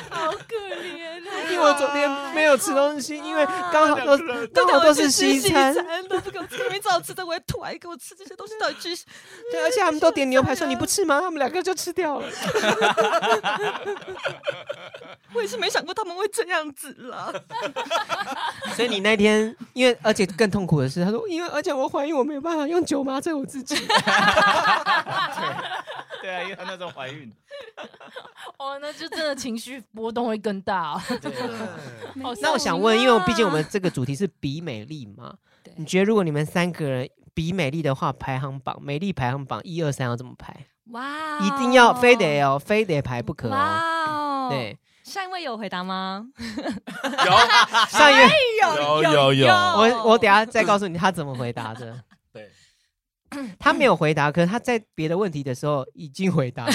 Speaker 2: 好可怜啊！
Speaker 6: 因为我昨天没有吃东西，因为刚好 <laughs> 都刚好都是西餐，
Speaker 9: 都不给我吃，明明知道我吃的我也吐，还给我吃这些东西，到底去
Speaker 6: 对，而且他们都点牛排，说你不吃吗？他们两个就吃掉了。
Speaker 9: 我也是没想过他们会这样子啦。
Speaker 6: 所以你那天 <laughs> 因为而且更痛苦的是，他说因为而且我怀孕，我没有办法用酒麻醉我自己。
Speaker 5: 对啊，因为她那时候怀孕，
Speaker 2: 哦，那就真的情绪波动会更大哦。
Speaker 6: 那
Speaker 2: 好
Speaker 6: 我
Speaker 2: 伤
Speaker 6: 想
Speaker 2: 心
Speaker 6: 问，因为我毕竟我
Speaker 2: 啊
Speaker 6: 们这个主题是比美丽嘛
Speaker 9: 对，
Speaker 6: 你觉得如果你们三个人比美丽的话，排行榜美丽排行榜一二三要怎么排？
Speaker 9: 哇哦
Speaker 6: 一定要非得哦，非得排不可哦。
Speaker 9: 哇哦！，
Speaker 6: 对，
Speaker 9: 上一位有回答吗？
Speaker 6: 上一位
Speaker 7: 有有有，
Speaker 6: 我我等下再告诉你他怎么回答的。
Speaker 7: 对，
Speaker 6: 他没有回答，可是他在别的问题的时候已经回答了。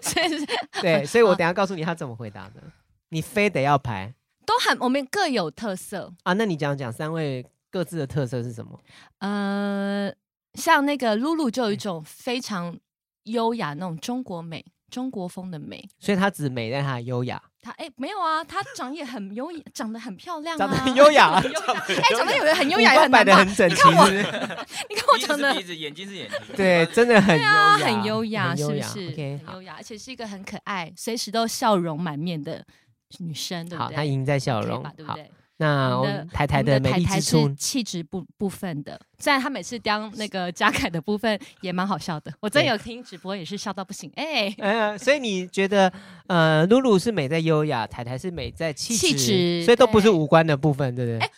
Speaker 9: 所以 <laughs> 是
Speaker 6: 对，所以我等下告诉你他怎么回答的。你非得要排
Speaker 9: 都很我们各有特色。
Speaker 6: 啊？那你讲讲三位各自的特色是什么？
Speaker 9: 呃，像那个露露就有
Speaker 6: 嗯
Speaker 9: 一种非常优雅那种中国美、中国风的美。
Speaker 6: 所以他只美在他的优雅，
Speaker 9: 她哎、没有啊，她长也很优雅，长得很漂亮啊，
Speaker 6: 长得很优雅啊
Speaker 9: 很优雅哎、长得有
Speaker 6: <laughs>
Speaker 9: 人很优
Speaker 6: 五
Speaker 9: 雅也
Speaker 6: 官
Speaker 9: 很难
Speaker 6: 摆的
Speaker 9: 吧
Speaker 6: 很？整齐，是不是 <laughs>
Speaker 9: 你看我
Speaker 5: 鼻子
Speaker 9: 长
Speaker 5: 是
Speaker 9: 得
Speaker 5: 鼻子，眼睛是眼睛，
Speaker 6: 对，真的很优雅，
Speaker 9: 啊，很优雅，
Speaker 6: 很
Speaker 9: 是
Speaker 6: 优
Speaker 9: 不
Speaker 6: 雅
Speaker 9: 是
Speaker 6: OK，
Speaker 9: 很
Speaker 6: 好
Speaker 9: 优，雅，而且是一个很可爱，随时都笑容满面的女生，对不
Speaker 6: 好，
Speaker 9: 对？
Speaker 6: 她赢在笑
Speaker 9: 可以
Speaker 6: 容
Speaker 9: 吧，对不
Speaker 6: 好，
Speaker 9: 对？
Speaker 6: 那
Speaker 9: 我
Speaker 6: 我
Speaker 9: 们的
Speaker 6: 们台台
Speaker 9: 我们
Speaker 6: 美
Speaker 9: 台
Speaker 6: 丽
Speaker 9: 台
Speaker 6: 之
Speaker 9: 是
Speaker 6: 处，
Speaker 9: 气质部部分的，虽然她每次当那个 <laughs> 加凯的部分也蛮好笑的，我真
Speaker 6: 对
Speaker 9: 有听直播也是笑到不行，哎、
Speaker 6: <laughs> 呃，所以你觉得，呃，露露是美在优雅，台台是美在气哎
Speaker 9: 气质
Speaker 6: 所以都不是
Speaker 9: 对
Speaker 6: 五官的部分，对不对？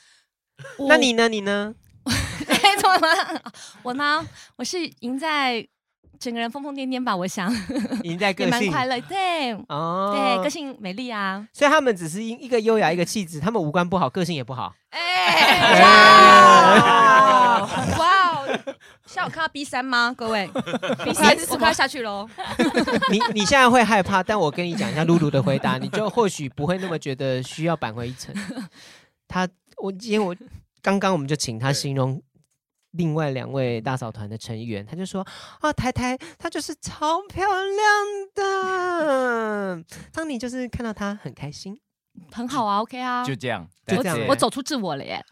Speaker 9: 我
Speaker 6: 那你呢？你呢？
Speaker 9: 哎，怎么了？我呢？我是赢在整个人疯疯癫癫吧，我想
Speaker 6: 赢在
Speaker 9: 也
Speaker 6: 个
Speaker 9: 蛮
Speaker 6: 性
Speaker 9: 快乐。对，
Speaker 6: 哦，
Speaker 9: 对，个。性美丽啊。
Speaker 6: 所以他们只是一一个优雅，一个气质，他们五官不好，个性也不好。
Speaker 9: 哎，
Speaker 6: 哎
Speaker 9: 哇哦哇哦！下午看到 B 三吗？各
Speaker 6: <laughs>
Speaker 9: 位，B 三我快要下去喽。
Speaker 6: 你你现在会害怕，但我跟你讲一下露露的回答，你就或许不会那么觉得需要扳回一城。他，我今天我刚刚我们就请他形容另外两位大嫂团的成员，他就说啊，台台她就是超漂亮的，当你就是看到她很开心，
Speaker 9: 很好啊，OK 啊。
Speaker 5: 就这样，
Speaker 6: 就这样
Speaker 9: 我走出自我了
Speaker 6: <laughs>
Speaker 9: 耶。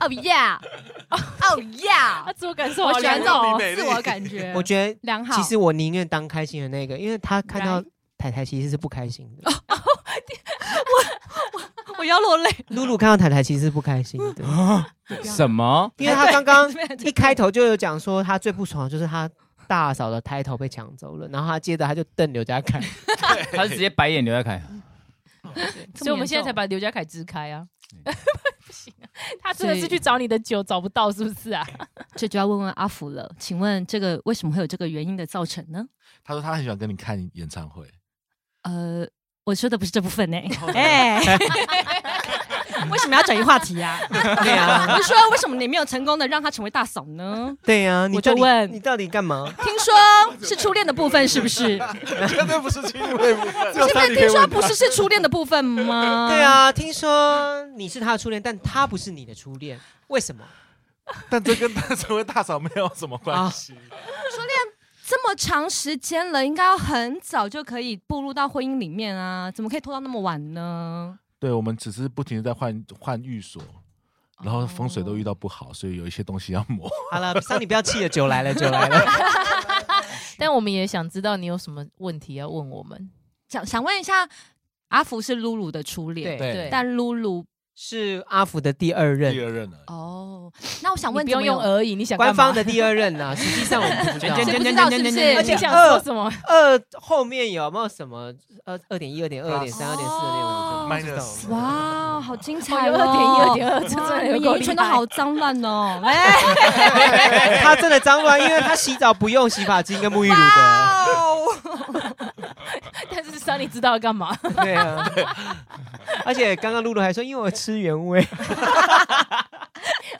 Speaker 9: Oh yeah! Oh
Speaker 2: 啊，
Speaker 9: yeah!
Speaker 2: 自我感受
Speaker 9: 我
Speaker 2: 好
Speaker 9: 喜欢
Speaker 2: 良
Speaker 9: 这
Speaker 2: 好
Speaker 9: 种
Speaker 2: 哦
Speaker 9: 自我感觉，
Speaker 6: 我觉得
Speaker 9: 良好。
Speaker 6: 其实我宁愿当开心的那个，因为他看到
Speaker 9: Right
Speaker 6: 台台其实是不开心的，
Speaker 9: 我要落泪。
Speaker 6: 露露看到台台其实是不开心的。
Speaker 5: 什么？
Speaker 6: 因为他刚刚
Speaker 9: <laughs> 对
Speaker 6: 一开头就有讲说，他最不爽的就是他大嫂的 title 被抢走了，然后他接着他就瞪刘家凯，
Speaker 5: 他是直接白眼刘在凯，
Speaker 2: <laughs> 所以我们现在才
Speaker 9: 把。
Speaker 2: 把刘家凯支开啊。 <laughs> 不行啊，他真
Speaker 9: 所
Speaker 2: 的
Speaker 9: 以
Speaker 2: 是去找你的酒找不到，是不是啊？
Speaker 9: 这就要问问阿福了。请问这个为什么会有这个原因的造成呢？
Speaker 7: 他说他很喜欢跟你看演唱会，
Speaker 9: 呃，我说的不是这部分呢、 <laughs>
Speaker 8: 哦
Speaker 9: 哎、为什么要转移话题啊？
Speaker 6: <laughs> 对呀、
Speaker 9: 我说为什么你没有成功的让她成为大嫂呢？
Speaker 6: 对呀、你
Speaker 9: 我就
Speaker 6: 到底
Speaker 9: 问
Speaker 6: 你到底干嘛？
Speaker 9: 听说是初恋的部分，是不是？
Speaker 7: <laughs> 绝对不是亲喂部分。
Speaker 9: 是不是听说不是是初恋的部分吗？
Speaker 6: <laughs> 对，啊，听说你是他的初恋，但他不是你的初恋，为什么？
Speaker 7: 但这跟大成为大嫂没有什么
Speaker 5: <laughs>
Speaker 7: 关系。啊
Speaker 9: 这么长时间了，应该要很早就可以步入到婚姻里面啊，怎么可以拖到那么晚呢？
Speaker 7: 对，我们只是不停的在换换寓所，然后风水都遇到不好，所以有一些东西要磨。
Speaker 6: 好了，桑你不要气了，酒来了，酒来了。
Speaker 2: 但我们也想知道你有什么问题要问我们。
Speaker 9: 想想问一下，阿福是露露的初恋，
Speaker 6: 对
Speaker 2: 对
Speaker 9: 但露露
Speaker 6: 是阿福的第二
Speaker 7: 第
Speaker 6: 任，
Speaker 7: 二任了，
Speaker 9: 哦，那我想
Speaker 2: 你
Speaker 9: 问
Speaker 2: 不
Speaker 9: 怎
Speaker 2: 用
Speaker 9: 么
Speaker 2: 用
Speaker 9: 有，
Speaker 2: 而已，你想干
Speaker 6: 官
Speaker 2: 嘛
Speaker 6: 方的第二任啊，实际上我们不知道。
Speaker 5: 真
Speaker 9: <laughs> 谁不
Speaker 5: 真
Speaker 9: 知道是不
Speaker 2: 对
Speaker 9: 是？
Speaker 6: 而
Speaker 2: 你
Speaker 6: 且
Speaker 2: 想
Speaker 6: 二
Speaker 2: 说什么？
Speaker 6: 二后面有没有什么二二点一、二点二、二点三、二点四、
Speaker 9: 哦
Speaker 6: 二点五？
Speaker 9: 哇，好精彩
Speaker 2: 有
Speaker 9: 哦！
Speaker 2: 二点一、二点二，这真
Speaker 9: 哇
Speaker 2: 的
Speaker 9: 你
Speaker 2: 有
Speaker 9: 们
Speaker 2: 够
Speaker 9: 演艺
Speaker 2: 厉
Speaker 9: 圈都
Speaker 2: 害
Speaker 9: 好脏乱哦！哎，
Speaker 6: <laughs> 他真的脏乱，因为他洗澡不用洗发精跟沐浴乳的。
Speaker 2: 但是桑尼知道要干嘛？ <laughs>
Speaker 6: 对啊，而且刚刚露露还说，因为我吃原味，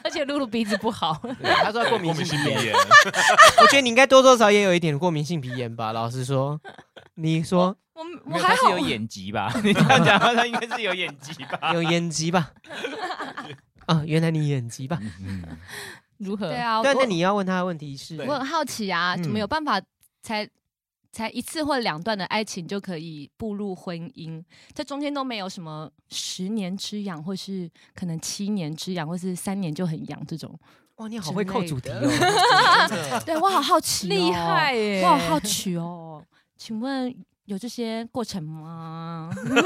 Speaker 2: 而且露露鼻子不好， <laughs>
Speaker 6: 他说
Speaker 5: 哦
Speaker 7: 过敏性鼻 <laughs> 炎，
Speaker 6: <laughs> 我觉得你应该多多少少也有一点过敏性鼻炎吧。老实说，你说
Speaker 9: 我
Speaker 5: 没
Speaker 9: 我
Speaker 5: 有
Speaker 9: 还
Speaker 5: 他是
Speaker 9: 好
Speaker 5: 有，眼疾吧？ <laughs> 你这样讲，他应该是有眼疾吧？
Speaker 6: 有眼疾吧？啊，原来你眼疾吧？
Speaker 5: 嗯
Speaker 2: 如何？
Speaker 9: <laughs> 对啊，
Speaker 3: 哦
Speaker 6: 对，
Speaker 9: 我
Speaker 6: 那你要问他的问题是，
Speaker 9: 我很好奇啊，怎么
Speaker 6: 哎嗯
Speaker 9: 有办法才才一次或两段的爱情就可以步入婚姻？这中间都没有什么十年之痒，或是可能七年之痒，或是三年就很痒这种。
Speaker 6: 哇，你好会扣主题
Speaker 9: 之
Speaker 6: 哦！真的
Speaker 9: 对我好好奇、哦
Speaker 2: 厉害，耶！
Speaker 9: 我好好奇哦。请问有这些过程
Speaker 6: <laughs>
Speaker 9: 吗？
Speaker 7: 真的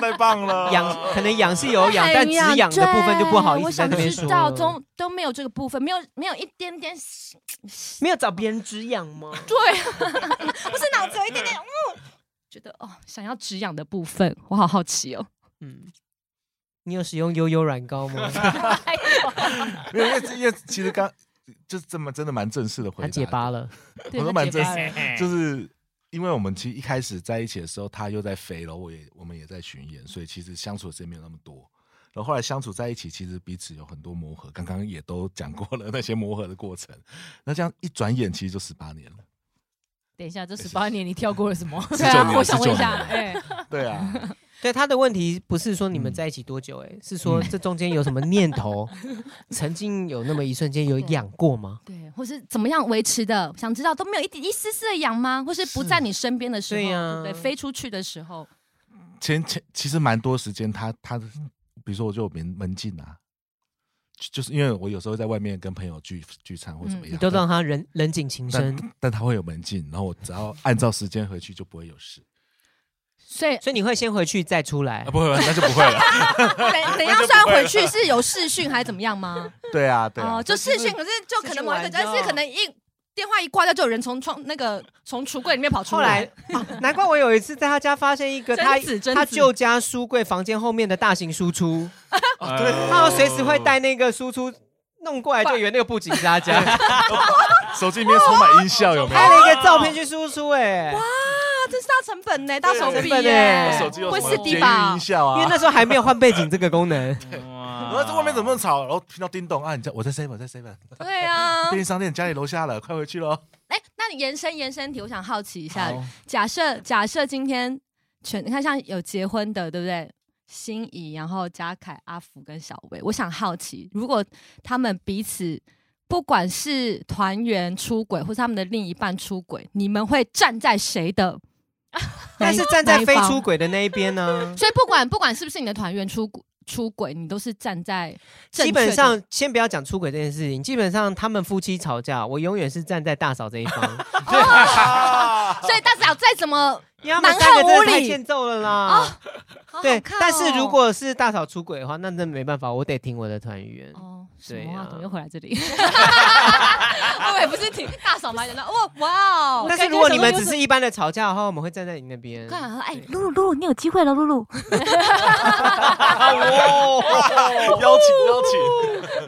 Speaker 7: 太棒
Speaker 6: <laughs>
Speaker 7: 了，
Speaker 6: 痒可能痒是有痒，
Speaker 9: 哎
Speaker 6: 但止
Speaker 9: 呀
Speaker 6: 痒的部分就不好
Speaker 9: 对
Speaker 6: 意
Speaker 9: 我
Speaker 6: 思在
Speaker 9: 想
Speaker 6: 那边
Speaker 9: 知
Speaker 6: 说
Speaker 9: 道
Speaker 6: 了。
Speaker 9: 中都没有这个部分，没有没有一点啊点
Speaker 6: 没有找别人止痒吗？
Speaker 9: 不是脑子有一点点，嗯，觉得哦，想要止痒的部分，我好好奇哦。
Speaker 6: 嗯，你有使用悠悠软膏吗？ <laughs>
Speaker 7: <laughs> 没有，因为因为其实刚就是这么真的蛮正式的
Speaker 6: 他
Speaker 7: 回答，
Speaker 6: 结巴了，
Speaker 2: 对
Speaker 7: 我
Speaker 2: 他
Speaker 7: 都
Speaker 5: <laughs>
Speaker 7: 蛮
Speaker 2: 结巴
Speaker 7: 真
Speaker 2: 了
Speaker 7: 就是因为我们其实一开始在一起的时候，他又在飞，然后我也我们也在巡演，所以其实相处的时间没有那么多。然后后来相处在一起，其实彼此有很多磨合，刚刚也都讲过了那些磨合的过程。那这样一转眼，其实就十八年了。
Speaker 2: 等一下，这十八年你跳过了什
Speaker 7: <laughs>
Speaker 2: 么？
Speaker 7: 对啊19
Speaker 2: <laughs>
Speaker 7: 年
Speaker 9: 我想问一下，
Speaker 7: 19
Speaker 9: 哎，
Speaker 7: 对啊，
Speaker 6: 对他的问题不是说你们在一起多久、哎、是说这中间有什么念头？ <laughs> 曾经有那么一瞬间有痒过吗？
Speaker 9: 对，或是怎么样维持的？想知道都没有一点一丝丝的痒吗？或是不在你身边的时候，
Speaker 6: 是对
Speaker 9: 对,、
Speaker 6: 呀
Speaker 9: 对飞出去的时候，
Speaker 7: <laughs> 前前其实蛮多时间，他他比如说我就有门门禁啊，就就是因为我有时候在外面跟朋友聚聚餐或怎么样，
Speaker 6: 嗯你都让他人人景情深，
Speaker 7: 但但他会有门禁，然后我只要按照时间回去就不会有事
Speaker 9: 所以
Speaker 6: 所以你会先回去再出来
Speaker 7: 啊，。不会，那就不会了。
Speaker 9: 等
Speaker 3: <laughs>
Speaker 9: 等一下虽然回去是有视讯还是怎么样吗？
Speaker 7: 对啊，对啊，
Speaker 9: 就视讯，可是就可能某一个，但是可能一电话一挂掉，就有人从窗那个从橱柜里面跑出
Speaker 6: 后来、啊难怪我有一次在他家发现一个他
Speaker 9: 贞子贞
Speaker 6: 他
Speaker 9: 子
Speaker 6: 舅家书柜房间后面的大型输出，
Speaker 8: 对
Speaker 6: 他好像随时会带那个输出弄过来，就以为那个布景是他家，
Speaker 7: 手机里面充满音效，有没
Speaker 6: 拍
Speaker 7: 有？
Speaker 6: 了一个照片去输出、哎，
Speaker 9: 这是大成本呢，大嗯欸手笔
Speaker 6: 成本
Speaker 9: 耶
Speaker 6: 呢，
Speaker 7: 手机有
Speaker 9: 会
Speaker 7: 什
Speaker 9: 是
Speaker 7: 么
Speaker 9: 低
Speaker 7: 监
Speaker 9: 吧
Speaker 7: 狱音？效啊？
Speaker 6: 因为那时候还没有换背景这个功能。
Speaker 7: 然后在外面怎么那么吵，然后听到叮咚啊，你在我在 seven，我在 seven，
Speaker 9: <laughs> 对
Speaker 7: <laughs>
Speaker 9: 啊，
Speaker 7: 便利商店家里楼下了，快回去喽。
Speaker 9: 哎，那你延伸延伸题，我想好奇一下，假设假设今天全你看像有结婚的，对不对？心仪，然后嘉凯、阿福跟小薇，我想好奇，如果他们彼此不管是团员出轨，或是他们的另一半出轨，你们会站在谁的？
Speaker 6: 但是站在
Speaker 9: 哪一
Speaker 6: 非
Speaker 9: 方？
Speaker 6: 出轨的那一边呢
Speaker 9: 所以不管不管是不是你的团员出轨出轨，你都是站在 <laughs> 正
Speaker 6: 基
Speaker 9: 确的
Speaker 6: 本上，先不要讲出轨这件事情，基本上他们夫妻吵架，我永远是站在大嫂这一
Speaker 9: <laughs>
Speaker 6: 方，
Speaker 9: 所以大嫂再怎么
Speaker 6: 因为他们
Speaker 9: 蛮
Speaker 6: 三个
Speaker 9: 横无
Speaker 6: 真的太
Speaker 9: 理哦
Speaker 6: 欠揍了啦。
Speaker 9: 好好
Speaker 6: <laughs> 对，
Speaker 9: 看哦
Speaker 6: 但是如果是大嫂出轨的话，那真的没办法，我得听我的团员。
Speaker 9: 哦，
Speaker 3: <laughs>
Speaker 9: 什
Speaker 6: 对
Speaker 9: 么啊？
Speaker 6: 啊
Speaker 9: 怎么又回来这里？ <laughs> 我也不是挺大嫂吗？讲到哇哇哦！
Speaker 6: 但是如果你们只是一般的吵架的话，我们会站在你那
Speaker 9: <laughs>
Speaker 6: 边。
Speaker 9: 看，哎，
Speaker 4: 露露露露，你有机会了，露露。
Speaker 9: 哦
Speaker 6: <laughs>
Speaker 7: 邀请邀请，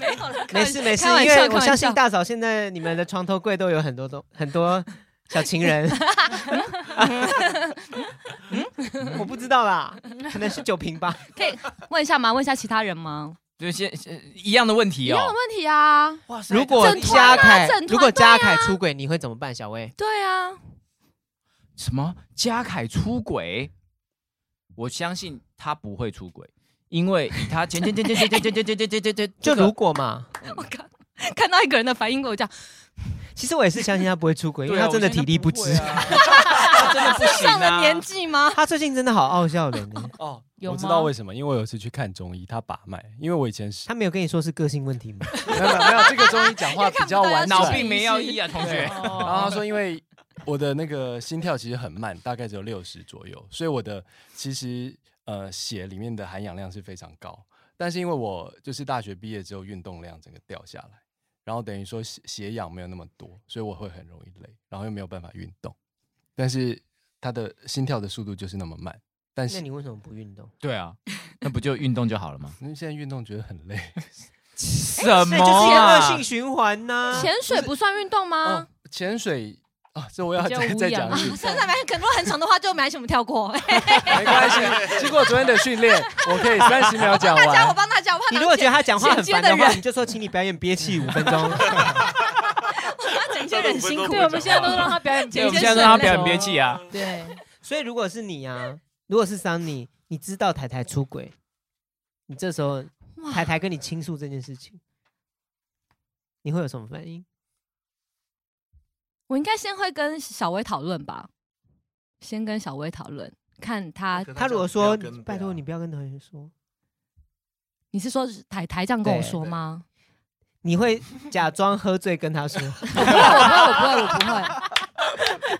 Speaker 9: 没有了，
Speaker 6: 没事没事，
Speaker 9: 开玩
Speaker 6: 因
Speaker 9: 笑
Speaker 6: 为
Speaker 9: 开
Speaker 6: 我
Speaker 9: 玩
Speaker 6: 相信
Speaker 9: 笑
Speaker 6: 大嫂现在你们的床头柜都有很多 <laughs> 东很多小
Speaker 9: <laughs>
Speaker 6: 情人。嗯，我不知道啦，可能是酒瓶
Speaker 9: <laughs>
Speaker 6: 吧。
Speaker 9: 可以问一下吗？问一下其他人吗？
Speaker 5: 这些呃一样的问题
Speaker 9: 没有
Speaker 5: 哦。
Speaker 9: 问题啊，
Speaker 5: 哇塞
Speaker 6: 如果
Speaker 9: 整团啊
Speaker 6: 嘉凯
Speaker 9: 整团啊
Speaker 6: 如果嘉凯出轨，你会怎么办？小薇，
Speaker 9: 对啊，
Speaker 5: 什么嘉凯出轨，我相信他不会出轨，因为以他前前前前前前前前前前前前
Speaker 6: 就如果嘛，
Speaker 9: 看到一个人的反应，我讲
Speaker 6: 其实我也是相信他不会 <laughs> 出轨，因为他真的体力不啊支。
Speaker 5: 他真的不行
Speaker 9: 上了
Speaker 5: 啊
Speaker 9: 年。纪吗？
Speaker 6: 他最近真的好傲笑人 <laughs> 呢。
Speaker 8: 哦，
Speaker 2: 有
Speaker 8: 我知
Speaker 2: 吗
Speaker 8: 道为什么，因为我有一次去看中医，他把脉，因为我以前是
Speaker 6: 他没有跟你说是个性问题吗？
Speaker 8: 没有没有没有这个中医讲话比较婉
Speaker 5: 脑
Speaker 8: 转，
Speaker 5: 病没药医啊，同学。
Speaker 2: 哦 <laughs>
Speaker 8: 然后他说，因为我的那个心跳其实很慢，大概只有六十左右，所以我的其实呃血里面的含氧量是非常高。但是因为我就是大学毕业之后运动量整个掉下来，然后等于说血血氧没有那么多，所以我会很容易累，然后又没有办法运动，但是他的心跳的速度就是那么慢。
Speaker 6: <laughs>
Speaker 8: 但
Speaker 6: 那
Speaker 8: 是
Speaker 6: 你为什么不 <laughs> 运动？
Speaker 5: 对啊，那不就运动就好了吗？
Speaker 8: 因为现在运动觉得很累，
Speaker 5: 什
Speaker 6: 所
Speaker 5: 么
Speaker 6: 以就是一个恶
Speaker 5: 啊
Speaker 6: 性？循环
Speaker 9: <laughs>
Speaker 6: 呢、
Speaker 9: 潜水不算运动吗
Speaker 8: 哦？潜水啊，这我要
Speaker 2: 比较
Speaker 8: 再
Speaker 2: 无
Speaker 8: 再
Speaker 2: 氧
Speaker 8: 讲一句
Speaker 2: <laughs> 啊，
Speaker 9: 真的
Speaker 3: 哎
Speaker 9: 蛮，可能很长的话就没什么跳过。
Speaker 8: 没关系。经过昨天的训练，我可以三十秒讲
Speaker 9: 大家，我
Speaker 8: 完。
Speaker 9: 帮大家，我怕
Speaker 6: 你如果觉得他讲话很烦的
Speaker 9: 剪接的
Speaker 6: 话，你就说请你表演憋气五分钟。
Speaker 9: 他整些人很辛苦。
Speaker 2: 对，我们现在都让他表演
Speaker 5: 对
Speaker 2: 憋
Speaker 5: 我
Speaker 2: 气，
Speaker 5: 们现在让他表演憋气啊！
Speaker 2: 对，
Speaker 6: 所以如果是你啊，如果是桑尼，你知道台台出轨，你这时候
Speaker 2: 啊
Speaker 6: 台台跟你倾诉这件事情，你会有什么反应？
Speaker 3: 我应该先会跟小薇讨论吧，先跟小薇讨论，看他。
Speaker 7: 跟
Speaker 6: 他如果
Speaker 7: 讲不要
Speaker 6: 说
Speaker 7: 跟
Speaker 6: 拜
Speaker 7: 对
Speaker 6: 托
Speaker 7: 啊
Speaker 6: 你不要跟同学说，
Speaker 3: 你是说台台这样跟我
Speaker 6: 对
Speaker 3: 说
Speaker 7: 对
Speaker 3: 吗？
Speaker 6: 你会假装喝醉跟他说，
Speaker 3: 我不会，我不会，我不会，我不会。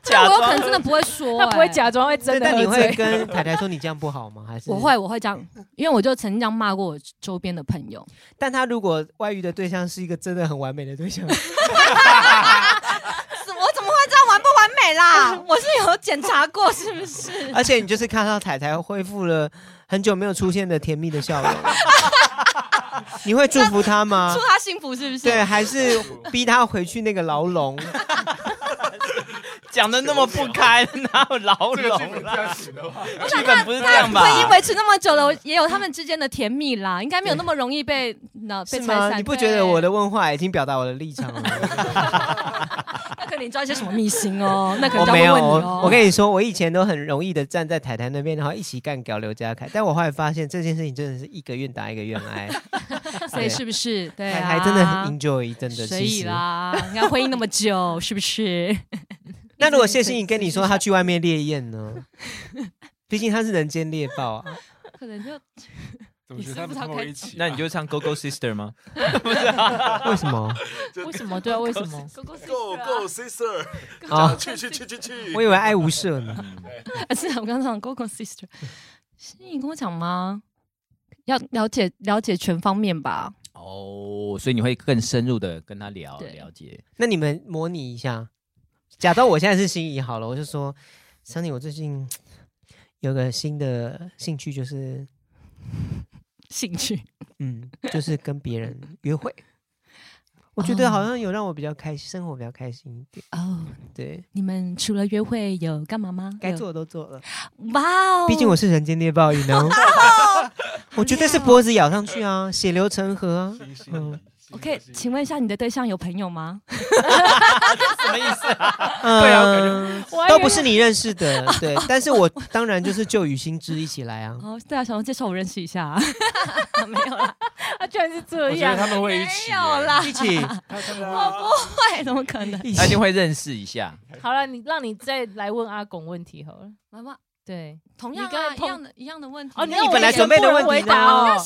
Speaker 5: 假
Speaker 3: 我有可
Speaker 5: 装
Speaker 3: 能真的不会说、
Speaker 2: 他不会
Speaker 3: 欸。
Speaker 2: 假装会 <laughs> 真的
Speaker 6: 但你
Speaker 2: 喝
Speaker 6: 会
Speaker 2: 醉。
Speaker 6: 跟台台说你这样不好吗？还是
Speaker 3: 我会，？我会这样，因为我就曾经这样骂过我周边的朋友。
Speaker 6: 但他如果外遇的对象是一个真的很完美的对
Speaker 2: <laughs>
Speaker 6: 象，
Speaker 9: 我怎么会知道完不完美啦？
Speaker 3: <laughs>
Speaker 9: 我是有检查过，是不是？
Speaker 6: 而且你就是看到台台恢复了很久没有出现的甜蜜的笑
Speaker 2: <laughs>
Speaker 6: 容，你会祝福他吗
Speaker 9: 祝？他幸福，是不是？
Speaker 6: 啊对，啊还是逼他回去那个牢笼？
Speaker 5: 讲的那么不堪，哪有牢
Speaker 11: 这个剧本
Speaker 5: 笼
Speaker 11: 这
Speaker 5: 啦？
Speaker 11: 样子的话，
Speaker 5: 剧本不是这样吧
Speaker 9: 婚？姻维持那么久了，也有他们之间的甜蜜啦，应该没有那么容易被那被
Speaker 6: 是
Speaker 9: 拆
Speaker 6: 吗？
Speaker 9: 散。
Speaker 6: 你不觉得我的问话已经表达我的立场了吗？
Speaker 9: 那可能你知道一些什么秘辛哦？那可能
Speaker 6: 我
Speaker 9: 就
Speaker 6: 没
Speaker 9: 要
Speaker 6: 有，
Speaker 9: 问你
Speaker 6: 我
Speaker 9: 哦。
Speaker 6: 我跟你说，我以前都很容易的站在台台那边，然后一起干掉刘家凯。但我后来发现这件事情真的是一个愿打一个愿挨，
Speaker 3: 所以是不是？对
Speaker 6: 台
Speaker 3: 啊，
Speaker 6: 台真的很 enjoy，真的。
Speaker 3: 所
Speaker 6: 其
Speaker 3: 以
Speaker 6: 实，
Speaker 3: 啦，你看婚姻那么久，是不是？
Speaker 6: 那如果谢欣怡跟你说她去外面猎艳呢？毕竟她是人间猎豹啊。
Speaker 3: 可能
Speaker 6: <laughs>
Speaker 3: 就
Speaker 11: 怎么觉得他们
Speaker 3: 你是不是要
Speaker 11: 跟我
Speaker 3: 开
Speaker 11: 一起啊？
Speaker 5: 那你就唱《Go Go Sister》吗？
Speaker 6: 为什么？
Speaker 2: 为什么？对啊，为什么？
Speaker 7: Go Go Sister，
Speaker 6: 啊
Speaker 7: 去去去去去
Speaker 6: 我！以为爱无赦呢。
Speaker 3: 啊， <laughs> 是啊我刚刚讲 Gogo
Speaker 6: <laughs>
Speaker 3: Sister，是你跟我讲吗？要了解了解全方面吧。
Speaker 5: 哦，所以你会更深入的跟他聊
Speaker 3: 对
Speaker 5: 了解。
Speaker 6: 那你们模拟一下，假装我现在是心仪好了，我就说，桑尼，我最近有个新的兴趣，就是
Speaker 3: 兴趣
Speaker 6: 嗯，就是跟别人约 <laughs> 会。我觉得好像有让我比较开心，生活比较开心一点。
Speaker 3: 哦，
Speaker 6: 对，
Speaker 3: 你们除了约会有干嘛吗？
Speaker 6: 该
Speaker 3: 有
Speaker 6: 做的都做了，
Speaker 3: 哇哦！
Speaker 6: 毕竟我是人间猎豹，你 know。我 <laughs> 绝对是脖子咬上去啊，血流成河啊。嗯
Speaker 3: 我哦可以请问一下，你的对象有朋友吗？
Speaker 5: 什么意思啊？
Speaker 6: <laughs> 对啊，
Speaker 2: <laughs> 我还以
Speaker 6: 都
Speaker 2: 为
Speaker 6: 不是你认识的，对。但是我当然就是就与心之一起来啊。
Speaker 3: 哦，对啊，想要介绍我认识一下、啊。没有啦，
Speaker 2: 他居然是这
Speaker 11: 我觉得
Speaker 2: 样，
Speaker 11: 他们会一起
Speaker 3: 没有啦，
Speaker 6: <laughs> 一起，
Speaker 3: 对，怎么可能？
Speaker 6: 一 <laughs>
Speaker 5: 他一定
Speaker 6: 起。
Speaker 5: 会认识一下。
Speaker 2: 好了，你让你再来问阿拱问题好了。
Speaker 3: 妈妈，
Speaker 2: 对，
Speaker 3: 同样
Speaker 2: 你刚
Speaker 3: 啊，
Speaker 2: 才
Speaker 3: 一
Speaker 2: 碰
Speaker 3: 样的一样的问题。
Speaker 2: 哦，
Speaker 6: 那
Speaker 2: 你
Speaker 6: 你本来准备的问题呢
Speaker 2: 回答哦，
Speaker 3: 我